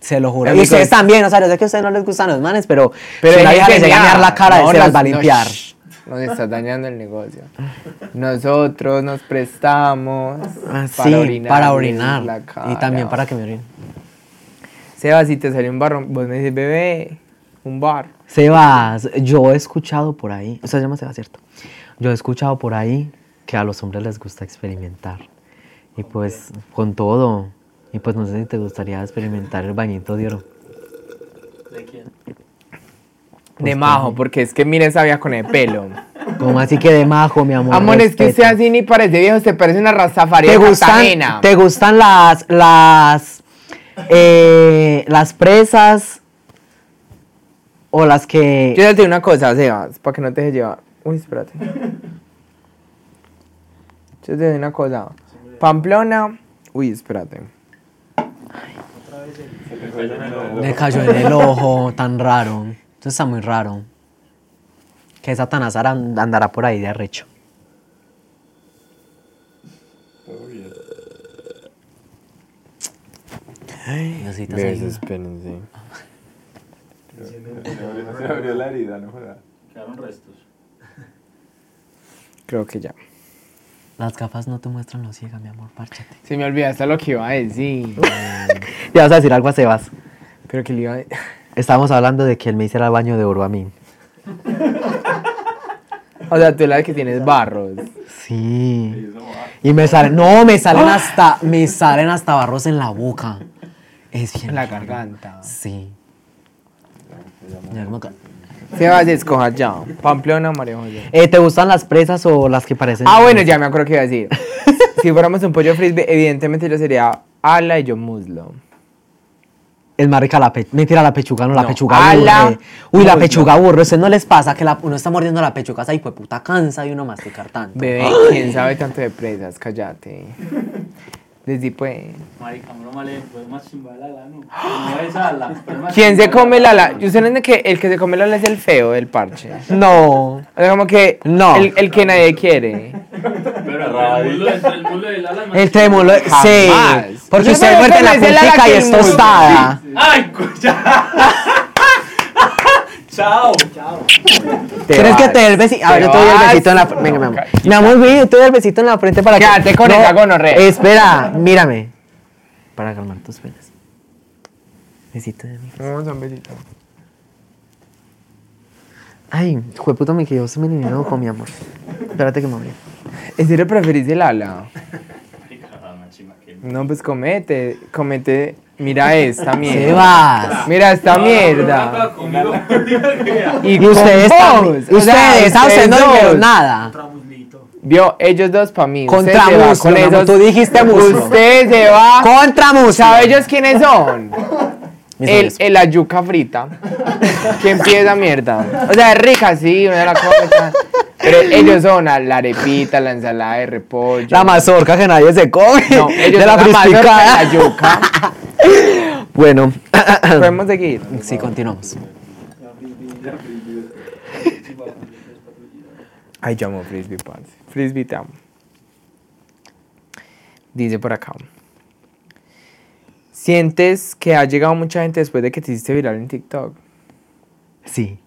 Speaker 2: Se lo juro. Y
Speaker 1: Amigos.
Speaker 2: ustedes también, o sea, yo sé que a ustedes no les gustan los manes, pero,
Speaker 1: Pero
Speaker 2: si una
Speaker 1: dejen
Speaker 2: vieja les
Speaker 1: de
Speaker 2: llega a
Speaker 1: miar.
Speaker 2: miar la cara,
Speaker 1: No,
Speaker 2: se
Speaker 1: no,
Speaker 2: las va a
Speaker 1: no,
Speaker 2: limpiar.
Speaker 1: shh. Nos estás dañando el negocio. Nosotros nos prestamos
Speaker 2: Ah, sí, para orinar.
Speaker 1: la cara.
Speaker 2: Y también para que me orinen.
Speaker 1: Seba, si te salió un barro, vos me dices, bebé, un bar.
Speaker 2: Sebas, yo he escuchado por ahí, o sea, se llama Sebas, ¿cierto? Yo he escuchado por ahí que a los hombres les gusta experimentar. Y pues, con todo. Y pues, no sé si te gustaría experimentar el bañito de oro.
Speaker 1: De
Speaker 2: Pues
Speaker 1: majo, porque es que mira esa vieja con el pelo.
Speaker 2: ¿Cómo así que de majo, mi
Speaker 1: <laughs>
Speaker 2: amor?
Speaker 1: Amor, es que
Speaker 2: Respeta.
Speaker 1: usted así ni parece viejo, usted parece una rastafari
Speaker 2: ¿Te
Speaker 1: de
Speaker 2: gustan,
Speaker 1: Cartagena.
Speaker 2: te gustan las las eh, las presas o las que
Speaker 1: Yo ya te digo una cosa, Sebas, para que no te deje llevar. Uy,
Speaker 2: <laughs>
Speaker 1: espérate. Yo te digo una cosa. Pamplona. Uy, espérate.
Speaker 2: le cayó en el ojo tan raro. Eso está muy raro. Que Satanás ara- andará por ahí de arrecho. Diosito, ayuda.
Speaker 1: espérense.
Speaker 4: <laughs> Se abrió la herida, no jodas.
Speaker 1: Creo que ya.
Speaker 2: Las gafas no te muestran lo ciega, mi amor, párchate.
Speaker 1: Se me olvidó hasta lo que iba a decir. <laughs>
Speaker 2: Ya vas a decir algo a Sebas.
Speaker 1: Pero que le iba a decir.
Speaker 2: Estábamos hablando de que él me hiciera el baño de oro a mí.
Speaker 1: O sea, tú la que tienes barros.
Speaker 2: Sí. ¡Ah! Y me salen, no, me salen hasta, me salen hasta barros en la boca. Es bien.
Speaker 1: En la
Speaker 2: raro.
Speaker 1: garganta.
Speaker 2: Sí. Ya no me ca-
Speaker 1: Sebas, escoja ya. Pamplona o María José.
Speaker 2: Eh, ¿Te gustan las presas o las que parecen?
Speaker 1: Ah, bueno, ya me acuerdo que iba a
Speaker 2: <laughs>
Speaker 1: decir. si fuéramos un pollo frisbee, evidentemente yo sería ala y yo muslo.
Speaker 2: Es más rica la pechuga. Mentira, la pechuga no, la
Speaker 1: No,
Speaker 2: pechuga
Speaker 1: ala,
Speaker 2: burro. Uy, la
Speaker 1: muslo.
Speaker 2: pechuga burro. ¿Ustedes no les pasa que la- uno está mordiendo la pechuga? Esa hijo de puta cansa y uno masticar tanto.
Speaker 1: Bebé, ¿quién sabe tanto de presas? Cállate. Desde pues.
Speaker 5: Marica, uno más le puede más chimbalala, ¿no? No es ala, pero más
Speaker 1: ¿Quién se
Speaker 5: chimbalala.
Speaker 1: come la ala? Yo sé que el que se come la ala es el feo del parche.
Speaker 2: No.
Speaker 1: O sea, como que
Speaker 2: No.
Speaker 1: el, el que nadie quiere.
Speaker 5: Pero entre el mulo, entre el mulo y el ala es más
Speaker 2: El trémolo.
Speaker 1: Jamás.
Speaker 2: Sí. Porque
Speaker 1: Yo
Speaker 2: usted
Speaker 1: creo
Speaker 2: muerde
Speaker 1: que
Speaker 2: la
Speaker 1: me sé la
Speaker 2: puntica y
Speaker 1: que
Speaker 2: es
Speaker 1: muerde.
Speaker 2: tostada.
Speaker 5: chimbalala. ¡Ay, cuya! ¡Chao! ¡Chao!
Speaker 2: ¿Quieres que te dé el besito? A ver, yo te doy el besito en la frente. Venga, mi amor. Mi amor, ve, yo te doy el besito en la frente para que.
Speaker 1: Quédate con esa gonorrea.
Speaker 2: Espera, mírame. Para calmar tus penas. Besito de mí.
Speaker 1: Vamos a un besito.
Speaker 2: Ay, jueputa, me quedó semeninudo con mi amor. Espérate que me abrí.
Speaker 1: ¿En serio preferís el ala?
Speaker 5: Marica, más chimba que el-
Speaker 1: No, pues comete, comete. Mira
Speaker 2: <laughs>
Speaker 1: esta mierda.
Speaker 2: Sebas.
Speaker 1: Mira esta
Speaker 5: No, no,
Speaker 1: mierda.
Speaker 5: no, conmigo, diga que ya.
Speaker 2: Y ustedes
Speaker 1: con vos.
Speaker 2: también.
Speaker 1: O sea,
Speaker 2: Ustedes, a ustedes no les
Speaker 1: dos.
Speaker 2: dijeron nada.
Speaker 1: Vio, ellos dos para mí. Usted
Speaker 2: Contra
Speaker 1: se va
Speaker 2: muslo, mi amor, tú dijiste muslo.
Speaker 1: Usted se va.
Speaker 2: Contra
Speaker 1: ¿Sabe
Speaker 2: Musa.
Speaker 1: ellos quiénes
Speaker 2: <laughs>
Speaker 1: son? El, el ayuca frita. Que empieza mierda. O sea, es rica, sí, una la come, tal. Pero ellos son a la arepita, la ensalada de repollo.
Speaker 2: La mazorca que nadie se come.
Speaker 1: No, ellos
Speaker 2: de la
Speaker 1: son la mazorca y
Speaker 2: fristicada.
Speaker 1: la yuca.
Speaker 2: <laughs> Bueno.
Speaker 1: Podemos seguir.
Speaker 2: Sí, continuamos.
Speaker 1: Ay, yo amo frisbee, parce. Frisbee te amo. Dice por acá. ¿Sientes que ha llegado mucha gente después de que te hiciste viral en TikTok?
Speaker 2: Sí.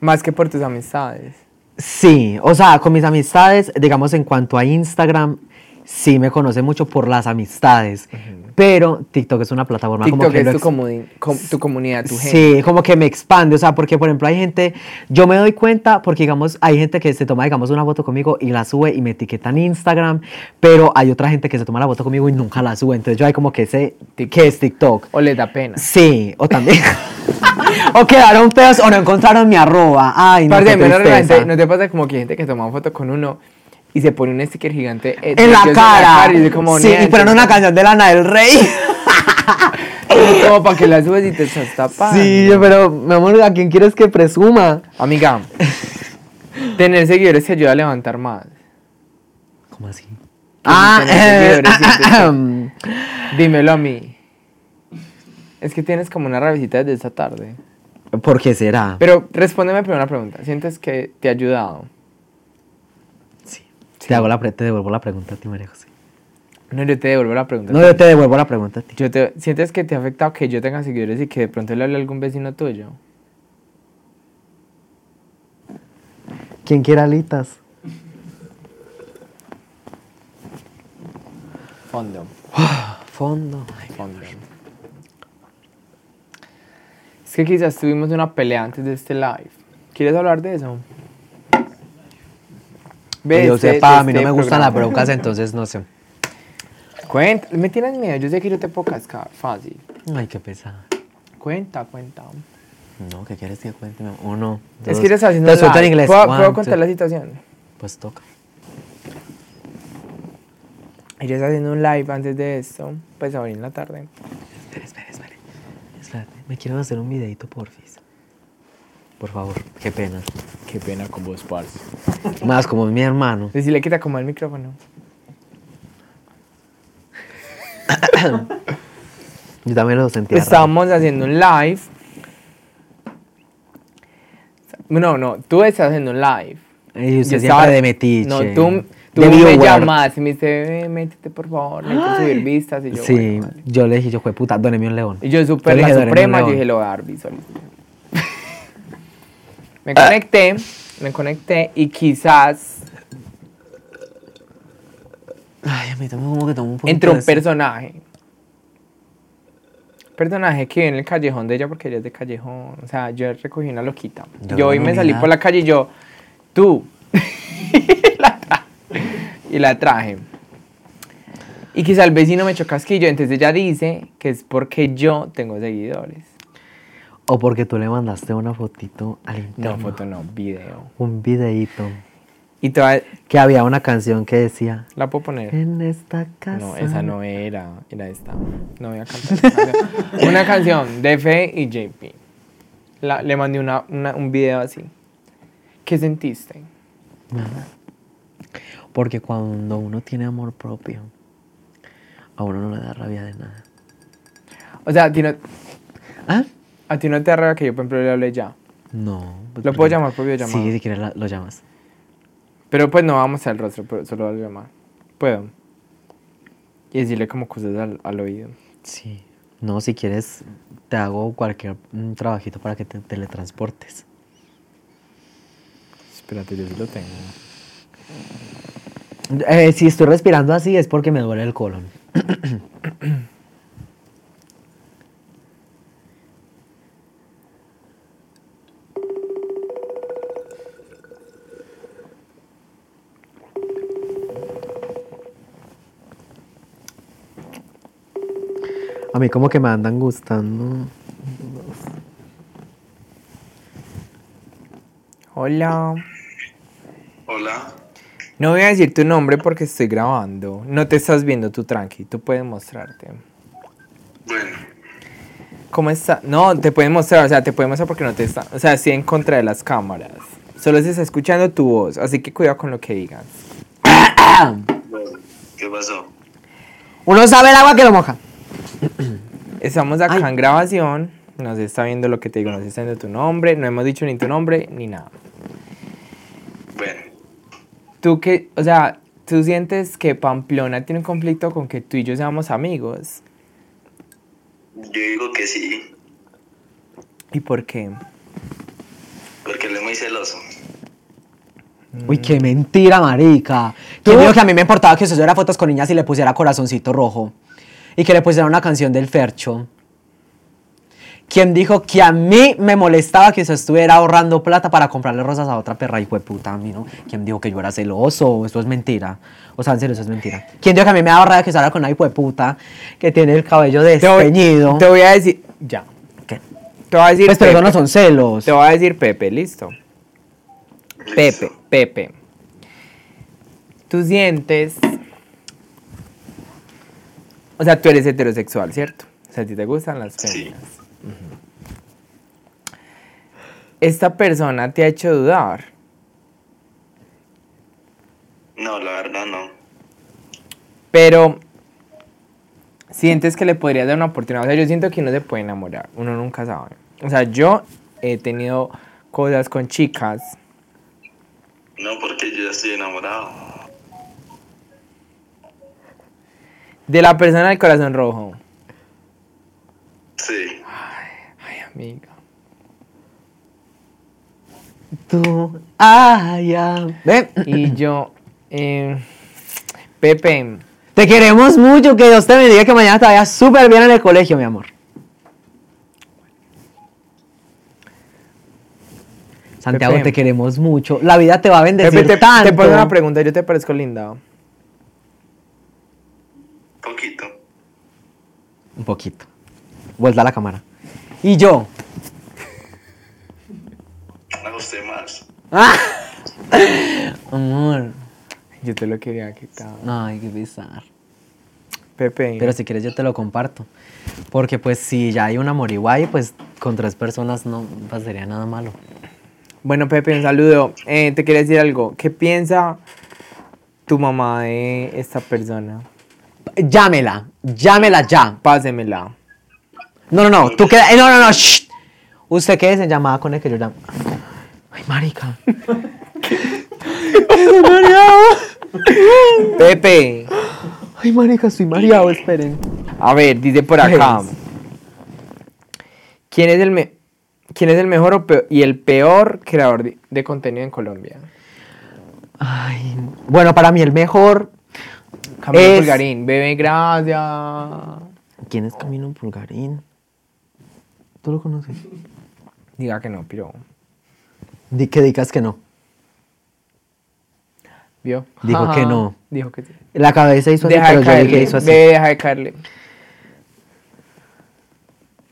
Speaker 1: Más que por tus amistades.
Speaker 2: Sí, o sea, con mis amistades, digamos en cuanto a Instagram, sí me conoce mucho por las amistades, pero TikTok es una plataforma como
Speaker 1: TikTok
Speaker 2: que
Speaker 1: es
Speaker 2: lo
Speaker 1: tu,
Speaker 2: ex-
Speaker 1: comuni- com- tu comunidad, tu gente.
Speaker 2: Sí, como que me expande, o sea, porque por ejemplo hay gente, yo me doy cuenta porque digamos hay gente que se toma digamos una foto conmigo y la sube y me etiqueta en Instagram, pero hay otra gente que se toma la foto conmigo y nunca la sube, entonces yo hay como que sé que es TikTok.
Speaker 1: O les da pena.
Speaker 2: Sí, o también <laughs> o quedaron feos o no encontraron mi arroba. Ay, no,
Speaker 1: Parce,
Speaker 2: qué
Speaker 1: a mí no,
Speaker 2: tristeza.
Speaker 1: realmente, ¿no te pasa como que hay gente que toma foto con uno y se pone un sticker gigante eh,
Speaker 2: en la
Speaker 1: precioso
Speaker 2: cara.
Speaker 1: y dice como,
Speaker 2: sí,
Speaker 1: "Nea,
Speaker 2: y ponen una canción de Lana del Rey.
Speaker 1: entonces, <laughs> Como para que la subes y te estás tapando.
Speaker 2: <laughs> sí, pero mi amor, ¿a quién quieres que presuma? <laughs>
Speaker 1: Amiga, tener seguidores te ayuda a levantar más.
Speaker 2: ¿Cómo así?
Speaker 1: Ah,
Speaker 2: Ah,
Speaker 1: eh,
Speaker 2: <laughs> eh,
Speaker 1: Dímelo a mí. Es que tienes como una rabicita desde esta tarde.
Speaker 2: ¿por qué será?
Speaker 1: Pero respóndeme primero una pregunta. ¿Sientes que te ha ayudado?
Speaker 2: Te hago la pre- te devuelvo la pregunta a ti, María José.
Speaker 1: No, yo te devuelvo la pregunta.
Speaker 2: No, yo te devuelvo la pregunta a ti.
Speaker 1: Yo te- ¿Sientes que te ha afectado que yo tenga seguidores y que de pronto le hable a algún vecino tuyo?
Speaker 2: ¿Quién quiere alitas?
Speaker 1: Fondo.
Speaker 2: Fondo. Ay,
Speaker 1: Fondo. Es que quizás tuvimos una pelea antes de este live. ¿Quieres hablar de eso?
Speaker 2: que
Speaker 1: Ve,
Speaker 2: yo
Speaker 1: este-
Speaker 2: sepa, a mí no
Speaker 1: este
Speaker 2: me gustan las
Speaker 1: programa.
Speaker 2: broncas, entonces no sé.
Speaker 1: Cuenta, me tienes miedo, yo sé que yo te puedo cascar, fácil.
Speaker 2: Ay, qué pesada.
Speaker 1: Cuenta, cuenta.
Speaker 2: No, ¿qué quieres que cuente? mi amor? Uno.
Speaker 1: es
Speaker 2: dos.
Speaker 1: que eres haciendo
Speaker 2: Te
Speaker 1: un
Speaker 2: suelto en
Speaker 1: live.
Speaker 2: inglés.
Speaker 1: ¿Puedo,
Speaker 2: One,
Speaker 1: puedo
Speaker 2: two.
Speaker 1: contar la situación?
Speaker 2: Pues toca.
Speaker 1: Ella está haciendo un live antes de esto, pues ahora en la tarde.
Speaker 2: Espera, espera, espera. Espérate, me quiero hacer un videito, porfis. Por favor, qué pena.
Speaker 1: Qué pena con vos, parce.
Speaker 2: Más como mi hermano.
Speaker 1: Decirle quita como el micrófono.
Speaker 2: Yo también lo sentía. raro.
Speaker 1: Estábamos haciendo un live. No, no, tú estás haciendo un live.
Speaker 2: Y
Speaker 1: Yo
Speaker 2: usted siempre
Speaker 1: estaba-
Speaker 2: de metiche.
Speaker 1: No, tú, tú
Speaker 2: de
Speaker 1: me
Speaker 2: viewer.
Speaker 1: llamaste y me dice, "Ve, métete por favor, necesito subir vistas. Y yo,
Speaker 2: Sí,
Speaker 1: "Bueno, vale".
Speaker 2: yo le dije, yo fue puta, doneme un león.
Speaker 1: Y yo super
Speaker 2: le
Speaker 1: la
Speaker 2: dije, "Dóneme un
Speaker 1: suprema, yo
Speaker 2: león".
Speaker 1: dije, lo voy a dar visualización. <laughs> me conecté, me conecté y quizás
Speaker 2: Ay, a mí también como que tomo un poquito.
Speaker 1: entró
Speaker 2: de
Speaker 1: un
Speaker 2: eso.
Speaker 1: personaje. Personaje que vive en el callejón de ella porque ella es de callejón. O sea, yo recogí una loquita.
Speaker 2: Yo
Speaker 1: Yo hoy
Speaker 2: no
Speaker 1: me
Speaker 2: vi
Speaker 1: salí
Speaker 2: nada.
Speaker 1: por la calle y yo, tú. <laughs> y, la tra- y la traje. Y quizá el vecino me echó casquillo, entonces ella dice que es porque yo tengo seguidores.
Speaker 2: o porque tú le mandaste una fotito al
Speaker 1: No,
Speaker 2: interno.
Speaker 1: foto no, video.
Speaker 2: Un videíto.
Speaker 1: Y toda,
Speaker 2: Que había una canción que decía,
Speaker 1: la puedo poner.
Speaker 2: en esta casa.
Speaker 1: No, esa no era, era esta. No voy a cantar. esa canción. una canción de Fe y JP. La- le mandé una- una- un video así. ¿Qué sentiste?
Speaker 2: Porque cuando uno tiene amor propio, a uno no le da rabia de nada.
Speaker 1: O sea, a ti no,
Speaker 2: ¿Ah?
Speaker 1: a ti no te arreba que yo, por ejemplo, le hablé ya.
Speaker 2: No. pues,
Speaker 1: ¿Lo
Speaker 2: porque-
Speaker 1: puedo llamar por videollamada?
Speaker 2: Sí, si quieres la- lo llamas.
Speaker 1: Pero pues no vamos al rostro, pero solo al llamar. Puedo. Y decirle como cosas al, al oído.
Speaker 2: Sí. No, si quieres, te hago cualquier mm, trabajito para que te teletransportes.
Speaker 1: Espérate, yo sí lo tengo.
Speaker 2: Eh, si estoy respirando así es porque me duele el colon. <clears throat> A mí como que me andan gustando.
Speaker 1: Hola.
Speaker 6: Hola.
Speaker 1: No voy a decir tu nombre porque estoy grabando. No te estás viendo tú, tranqui. Tú puedes mostrarte.
Speaker 6: Bueno,
Speaker 1: ¿Cómo está? No, te pueden mostrar. O sea, te pueden mostrar porque no te está. O sea, sí en contra de las cámaras. Solo se está escuchando tu voz. Así que cuidado con lo que digas.
Speaker 6: bueno, ¿qué pasó?
Speaker 2: Uno sabe el agua que lo moja.
Speaker 1: Estamos acá
Speaker 2: Ay.
Speaker 1: en grabación. No se está viendo lo que te digo. No se está viendo tu nombre. No hemos dicho ni tu nombre ni nada.
Speaker 6: Bueno,
Speaker 1: Tú que, o sea, tú sientes que Pamplona tiene un conflicto con que tú y yo seamos amigos.
Speaker 6: yo digo que sí,
Speaker 1: ¿Y por qué?
Speaker 6: porque él es muy celoso.
Speaker 2: Uy, qué mentira, marica. ¿Quién dijo que a mí me importaba que usted subiera fotos con niñas y le pusiera corazoncito rojo? Y que le pusiera una canción del Fercho. ¿Quién dijo que a mí me molestaba que usted estuviera ahorrando plata para comprarle rosas a otra perra y puta? A mí, ¿no? ¿Quién dijo que yo era celoso? Eso es mentira. O sea, en serio, eso es mentira. ¿Quién dijo que a mí me ahorraba que usara con una puta que tiene el cabello
Speaker 1: Te voy-
Speaker 2: despeñido?
Speaker 1: Te voy a decir. Ya.
Speaker 2: ¿Qué?
Speaker 1: Te voy a decir.
Speaker 2: Pues, perdón, no
Speaker 1: Pepe.
Speaker 2: son celos.
Speaker 1: Te voy a decir Pepe, listo. Pepe,
Speaker 6: Listo.
Speaker 1: Pepe. Tú sientes. O sea, tú eres heterosexual, ¿cierto? O sea, a ti te gustan las
Speaker 6: Sí.
Speaker 1: féminas. Ujú. Esta persona te ha hecho dudar.
Speaker 6: No, la verdad no.
Speaker 1: Pero sientes que le podrías dar una oportunidad. O sea, yo siento que uno se puede enamorar. Uno nunca sabe. O sea, yo he tenido cosas con chicas.
Speaker 6: No, porque yo ya estoy enamorado.
Speaker 1: De la persona del corazón rojo.
Speaker 6: Sí.
Speaker 1: Ay, amiga.
Speaker 2: Tú, ay, am- Ve,
Speaker 1: Y yo. eh, Pepe.
Speaker 2: Te queremos mucho, que Dios te bendiga, que mañana te vaya súper bien en el colegio, mi amor. Santiago,
Speaker 1: Pepe.
Speaker 2: te queremos mucho. La vida te va a bendecir
Speaker 1: Pepe, te, te
Speaker 2: tanto.
Speaker 1: pongo una pregunta. Yo te parezco linda.
Speaker 6: Poquito.
Speaker 2: Un poquito. Vuelta a la cámara. Y yo. <laughs>
Speaker 6: A usted más.
Speaker 2: ¡Ah! Amor.
Speaker 1: Yo te lo quería quitar.
Speaker 2: Ay, qué pesar.
Speaker 1: Pepe.
Speaker 2: Pero si quieres yo te lo comparto. Porque pues si ya hay una moriguay, pues con tres personas no pasaría nada malo.
Speaker 1: Bueno, Pepe, un saludo. Eh, te quería decir algo. ¿Qué piensa tu mamá de esta persona?
Speaker 2: Llámela, llámela ya.
Speaker 1: Pásemela.
Speaker 2: No, no, no, tú queda, eh, no, no, no, shh. Usted quédese en llamada con el que yo llamo. Ay, marica. Estoy mareado.
Speaker 1: Pepe.
Speaker 2: Ay, marica, estoy mareado, esperen.
Speaker 1: A ver, dice por acá.
Speaker 2: Pues.
Speaker 1: ¿Quién es el, me- quién es el mejor o peo- y el peor creador de, de contenido en Colombia?
Speaker 2: Ay, bueno, para mí el mejor.
Speaker 1: Camilo
Speaker 2: Es-
Speaker 1: Pulgarín, bebé, gracias.
Speaker 2: ¿Quién es Camino Pulgarín? ¿Tú lo conoces?
Speaker 1: Diga que no, piro.
Speaker 2: Di que digas que no.
Speaker 1: ¿Vio?
Speaker 2: Dijo
Speaker 1: Ajá.
Speaker 2: que no.
Speaker 1: <laughs> Dijo que sí.
Speaker 2: La cabeza hizo así,
Speaker 1: Deja de
Speaker 2: pero yo
Speaker 1: caerle.
Speaker 2: dije hizo así.
Speaker 1: bebé, deja de caerle.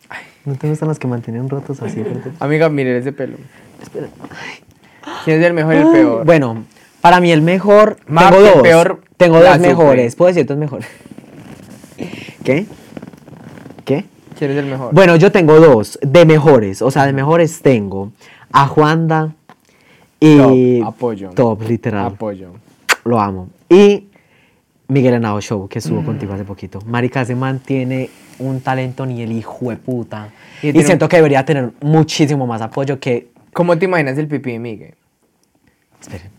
Speaker 1: Ay,
Speaker 2: ¿No te gustan los que mantienen rotos así? ¿verdad?
Speaker 1: Amiga, miren ese pelo. ¿Quién es el mejor y
Speaker 2: <gasps>
Speaker 1: el peor?
Speaker 2: Bueno, para mí el mejor.
Speaker 1: Más
Speaker 2: tengo
Speaker 1: que el
Speaker 2: dos.
Speaker 1: peor,
Speaker 2: tengo
Speaker 1: la
Speaker 2: dos
Speaker 1: supe.
Speaker 2: mejores. Puedo decir dos mejores. ¿Qué? ¿Qué?
Speaker 1: ¿Quién es el mejor?
Speaker 2: Bueno, yo tengo dos de mejores. O sea, de mejores tengo a Juanda y.
Speaker 1: Top, apoyo.
Speaker 2: eh, Top, literal.
Speaker 1: Apoyo.
Speaker 2: Lo amo. Y Miguel Henao Show, que
Speaker 1: Mm.
Speaker 2: estuvo contigo hace poquito. Marica, ese man tiene un talento ni el hijo de puta.
Speaker 1: Y
Speaker 2: Y,
Speaker 1: tiene un-
Speaker 2: siento que debería tener muchísimo más apoyo que.
Speaker 1: ¿Cómo te imaginas el pipí de Miguel?
Speaker 2: Esperen.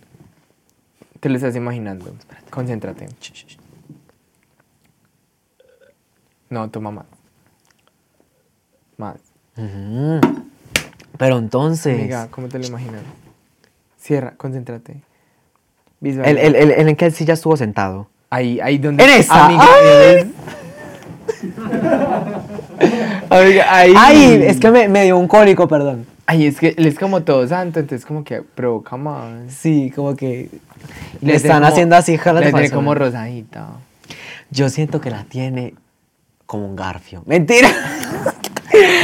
Speaker 1: Te lo estás imaginando. Concéntrate. No, toma más. Más.
Speaker 2: Ujú. Pero entonces.
Speaker 1: Amiga, ¿cómo te lo imaginas? Cierra, concéntrate. Visualiza.
Speaker 2: El, el, el, el en que sí ya estuvo sentado.
Speaker 1: Ahí, ahí donde.
Speaker 2: ¡En esa! ¡Ay!
Speaker 1: ¿ves? Amiga, ahí.
Speaker 2: Ay, es que me, me dio un cólico, perdón.
Speaker 1: Ay, es que él es como todo santo, entonces como que provoca más.
Speaker 2: Sí, como que
Speaker 1: tiene
Speaker 2: le están
Speaker 1: como-
Speaker 2: haciendo así, jala
Speaker 1: Le
Speaker 2: de
Speaker 1: tiene
Speaker 2: persona.
Speaker 1: como rosadita.
Speaker 2: Yo siento que la tiene como un garfio.
Speaker 1: <laughs>
Speaker 2: Mentira.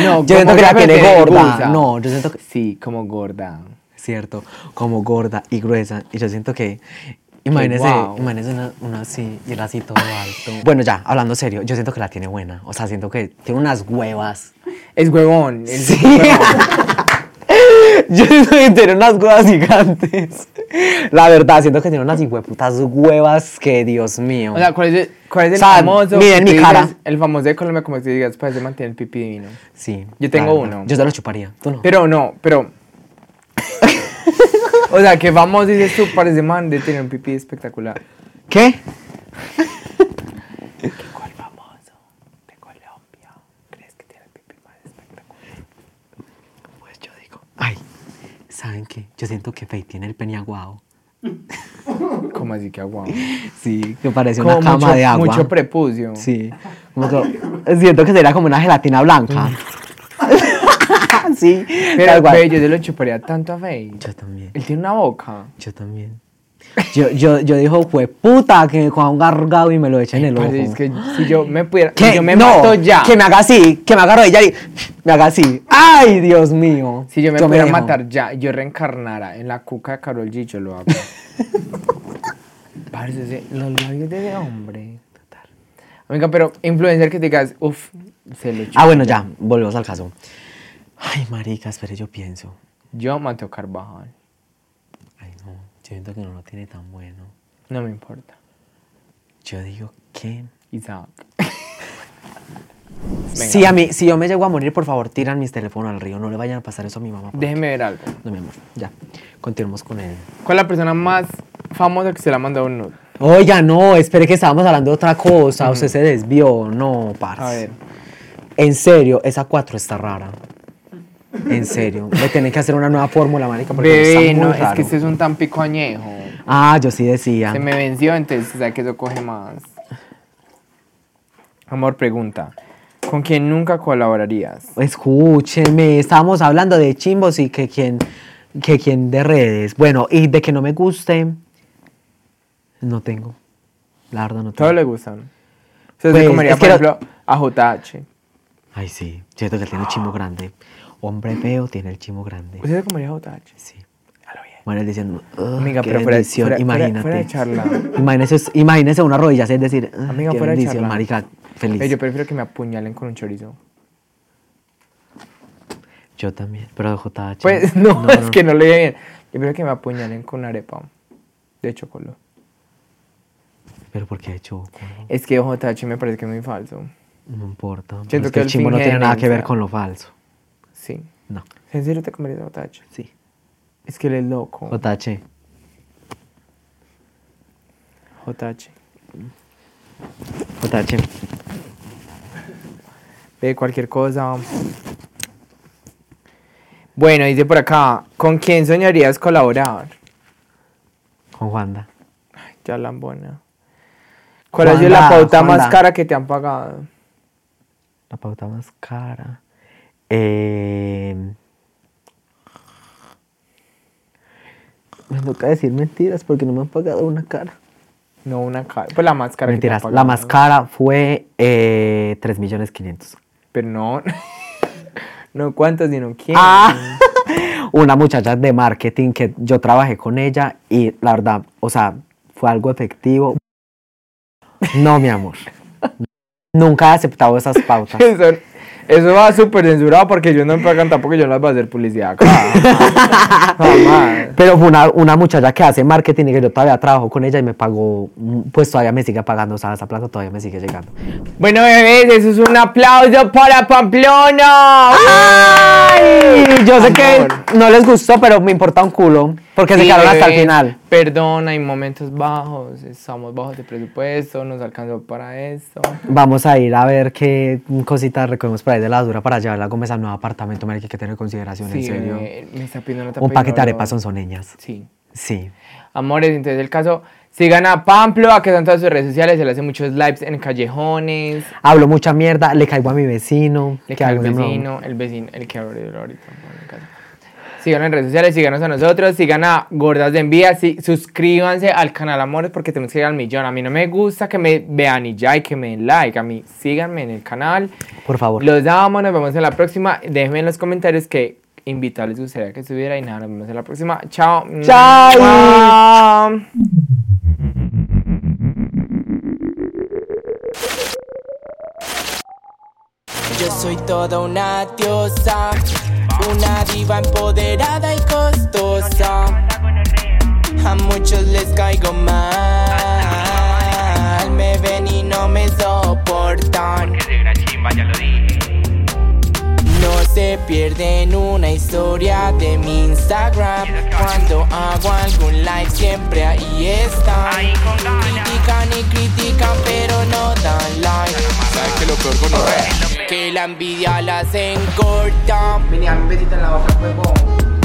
Speaker 1: No,
Speaker 2: yo siento
Speaker 1: como
Speaker 2: que la
Speaker 1: garfio
Speaker 2: tiene
Speaker 1: tiene
Speaker 2: gorda.
Speaker 1: gusa.
Speaker 2: No, yo siento que
Speaker 1: Sí, como gorda.
Speaker 2: cierto, como gorda y gruesa. Y yo siento que, imagínese,
Speaker 1: guau.
Speaker 2: imagínese una, una así, y él así todo alto. Bueno, ya, hablando serio, yo siento que la tiene buena. O sea, siento que tiene unas
Speaker 1: <laughs>
Speaker 2: huevas.
Speaker 1: Es huevón. él es
Speaker 2: Sí.
Speaker 1: huevón.
Speaker 2: yo siento que tiene unas huevas gigantes. La verdad, siento que tiene unas hueputas huevas que, Dios mío.
Speaker 1: O sea, ¿cuál es el, cuál es el
Speaker 2: Sam,
Speaker 1: famoso?
Speaker 2: miren
Speaker 1: que
Speaker 2: mi
Speaker 1: tú
Speaker 2: cara.
Speaker 1: dices, El famoso de Colombia, como que digas, pues se mantiene el pipí divino.
Speaker 2: sí.
Speaker 1: yo tengo
Speaker 2: la verdad.
Speaker 1: uno.
Speaker 2: Yo te lo chuparía. Tú no.
Speaker 1: Pero no, pero. <laughs> o sea, que famoso dices tú, parece man de tener un pipí espectacular.
Speaker 2: ¿Qué?
Speaker 1: De Colombia, ¿crees que tiene el pipí más espectacular?
Speaker 2: Pues yo digo, ay, ¿saben qué? Yo siento que Faye tiene el pene aguado.
Speaker 1: ¿Cómo así que agua?
Speaker 2: Sí, que parece
Speaker 1: Como
Speaker 2: una cama
Speaker 1: mucho,
Speaker 2: de agua.
Speaker 1: Mucho prepucio.
Speaker 2: Sí. Como que- siento que sería como una gelatina blanca. <laughs> sí.
Speaker 1: Pero
Speaker 2: tal cual.
Speaker 1: Faye, yo se lo chuparía tanto a Faye.
Speaker 2: Mm. Yo también.
Speaker 1: Él tiene una boca.
Speaker 2: Yo también. Yo, yo, yo dijo, fue puta, que me coja un gargado y me lo eche en el ojo.
Speaker 1: Parce, es que si yo me pudiera.
Speaker 2: Que
Speaker 1: Si yo me
Speaker 2: no,
Speaker 1: mato ya.
Speaker 2: Que me haga así, que me haga rodillar y me haga así. ¡Ay, Dios mío!
Speaker 1: Si yo me pudiera
Speaker 2: dejo.
Speaker 1: matar ya, yo reencarnara en la cuca de Carol G, yo <laughs> lo hago. Parce, ese- los labios de ese hombre. Amiga, pero influencer que te digas, uff, se lo chupo.
Speaker 2: Ah, bueno, ya, volvemos al caso. Ay, marica, espere, yo pienso.
Speaker 1: Yo Mateo Carvajal.
Speaker 2: Ay, no, yo siento que no lo tiene tan bueno.
Speaker 1: No me importa.
Speaker 2: Yo digo que...
Speaker 1: Isaac.
Speaker 2: Si, a mí, si yo me llego a morir, por favor, tiran mis teléfonos al río. No le vayan a pasar eso a mi mamá. por-
Speaker 1: Déjeme ver algo.
Speaker 2: No, mi amor, ya. Continuemos con él.
Speaker 1: ¿Cuál es la persona más famosa que se la ha mandado un nude?
Speaker 2: Oiga, no, espere que estábamos hablando de otra cosa. Usted se desvió. No, parce.
Speaker 1: A ver.
Speaker 2: En serio, esa 4 está rara. En serio. Le tienen que hacer una nueva fórmula, marica, porque
Speaker 1: Bebé,
Speaker 2: está muy
Speaker 1: no,
Speaker 2: raro.
Speaker 1: es que este es un tampico añejo.
Speaker 2: Ah, yo sí decía.
Speaker 1: Se me venció, entonces sabe que eso coge más. Amor, pregunta. ¿Con quién nunca colaborarías?
Speaker 2: Escúcheme, estábamos hablando de chimbos y que quien, que quien de redes. Bueno, y de que no me guste, no tengo. La verdad no tengo.
Speaker 1: Todos le gustan. O sea,
Speaker 2: Pues,
Speaker 1: se comería,
Speaker 2: es
Speaker 1: por
Speaker 2: que lo-
Speaker 1: ejemplo, a JH.
Speaker 2: Ay, sí, siento que él tiene el chimbo grande. Hombre feo tiene el chimbo grande.
Speaker 1: ¿Usted se comería a JH?
Speaker 2: Sí. Bueno, diciendo,
Speaker 1: Amiga,
Speaker 2: amiga, qué
Speaker 1: pero fuera-
Speaker 2: bendición,
Speaker 1: fuera- fuera-
Speaker 2: imagínate.
Speaker 1: fuera de charla.
Speaker 2: Imagínese, imagínese una rodilla, así, es decir, "Ah,
Speaker 1: Amiga,
Speaker 2: qué
Speaker 1: fuera de
Speaker 2: bendición,
Speaker 1: charla.
Speaker 2: marica, feliz.
Speaker 1: Eh,
Speaker 2: yo,
Speaker 1: yo prefiero que me apuñalen con un chorizo.
Speaker 2: también, pero JH.
Speaker 1: Pues <laughs> no, es que no le veía bien. Yo prefiero que me apuñalen con una arepa de chocolate.
Speaker 2: Pero porque ha hecho, ¿Cómo?
Speaker 1: Es que JH me parece que es muy falso.
Speaker 2: no importa. pero
Speaker 1: Siento
Speaker 2: es
Speaker 1: que
Speaker 2: que
Speaker 1: él
Speaker 2: el chimbo no
Speaker 1: finge
Speaker 2: tiene nada que ver
Speaker 1: demencia.
Speaker 2: con lo falso.
Speaker 1: Sí.
Speaker 2: No,
Speaker 1: ¿En serio te comerías a JH?
Speaker 2: sí.
Speaker 1: Es que él es loco.
Speaker 2: JH.
Speaker 1: JH.
Speaker 2: JH.
Speaker 1: Ve cualquier cosa. Bueno, dice por acá, ¿con quién soñarías colaborar?
Speaker 2: Con Juanda.
Speaker 1: Ay, ya lambona. ¿Cuál ha sido la
Speaker 2: Juanda,
Speaker 1: pauta más
Speaker 2: Juanda.
Speaker 1: cara que te han pagado?
Speaker 2: La pauta más cara. Eh... Me toca decir mentiras porque no me han pagado una cara.
Speaker 1: No, una cara. Pues la más cara que
Speaker 2: Mentiras.
Speaker 1: te han
Speaker 2: La
Speaker 1: pagado.
Speaker 2: más cara fue eh, 3.500.000.
Speaker 1: Pero no. <laughs> No cuántos, sino quién.
Speaker 2: Ah, una muchacha de marketing que yo trabajé con ella y la verdad, o sea, fue algo efectivo. No, mi amor. Nunca he aceptado esas pautas.
Speaker 1: <laughs> Eso, eso va súper censurado porque yo no me pagan tampoco, yo no las voy a hacer publicidad
Speaker 2: <laughs>
Speaker 1: acá. Jamás.
Speaker 2: Pero fue una, una muchacha que hace marketing y que yo todavía trabajo con ella y me pagó, pues todavía me sigue pagando, o sea, esa plata todavía me sigue llegando.
Speaker 1: Bueno, bebés, eso es un aplauso para Pamplona.
Speaker 2: ¡Ay! Yo sé que
Speaker 1: Amor.
Speaker 2: no les gustó, pero me importa un culo, porque se
Speaker 1: Sí,
Speaker 2: quedaron hasta el
Speaker 1: bebés,
Speaker 2: final.
Speaker 1: Perdón, hay momentos bajos, estamos bajos de presupuesto, nos alcanzó para esto.
Speaker 2: Vamos a ir a ver qué cositas recogemos por ahí de la basura para llevar la Gómez al nuevo apartamento. Marica, hay que tener consideración, en
Speaker 1: Sí,
Speaker 2: serio.
Speaker 1: bebé, me está pidiendo una tapa
Speaker 2: Un
Speaker 1: y
Speaker 2: paquete de
Speaker 1: no lo-
Speaker 2: arepas son soneñas.
Speaker 1: Sí.
Speaker 2: Sí.
Speaker 1: Amores, entonces el caso, sigan a Pamplo, a que están todas sus redes sociales, se le hace muchos lives en callejones,
Speaker 2: Hablo mucha mierda, le caigo a mi vecino.
Speaker 1: le
Speaker 2: que
Speaker 1: cae el
Speaker 2: algo me-
Speaker 1: vecino, el vecino, el que abrió ahorita. bueno, el caso. Síganos en redes sociales, síganos a nosotros, sigan a Gordas de Envía, sí, suscríbanse al canal Amores porque tenemos que ir al millón. A mí no me gusta que me vean y ya y que me den like, a mí síganme en el canal.
Speaker 2: Por favor.
Speaker 1: Los amo, nos vemos en la próxima. Déjenme en los comentarios que invitado les gustaría que estuviera y nada, nos vemos en la próxima. Chao.
Speaker 2: Chao.
Speaker 1: Mua.
Speaker 3: Yo soy toda una diosa, una diva empoderada y costosa. A muchos les caigo mal, me ven y no me soportan. No se pierden una historia de mi Instagram. Cuando hago algún live siempre ahí están. Critican y critican pero no dan like. ¿Sabes que lo peor con Que la envidia las encorta. Vení, a mi besito en la boca, huevón.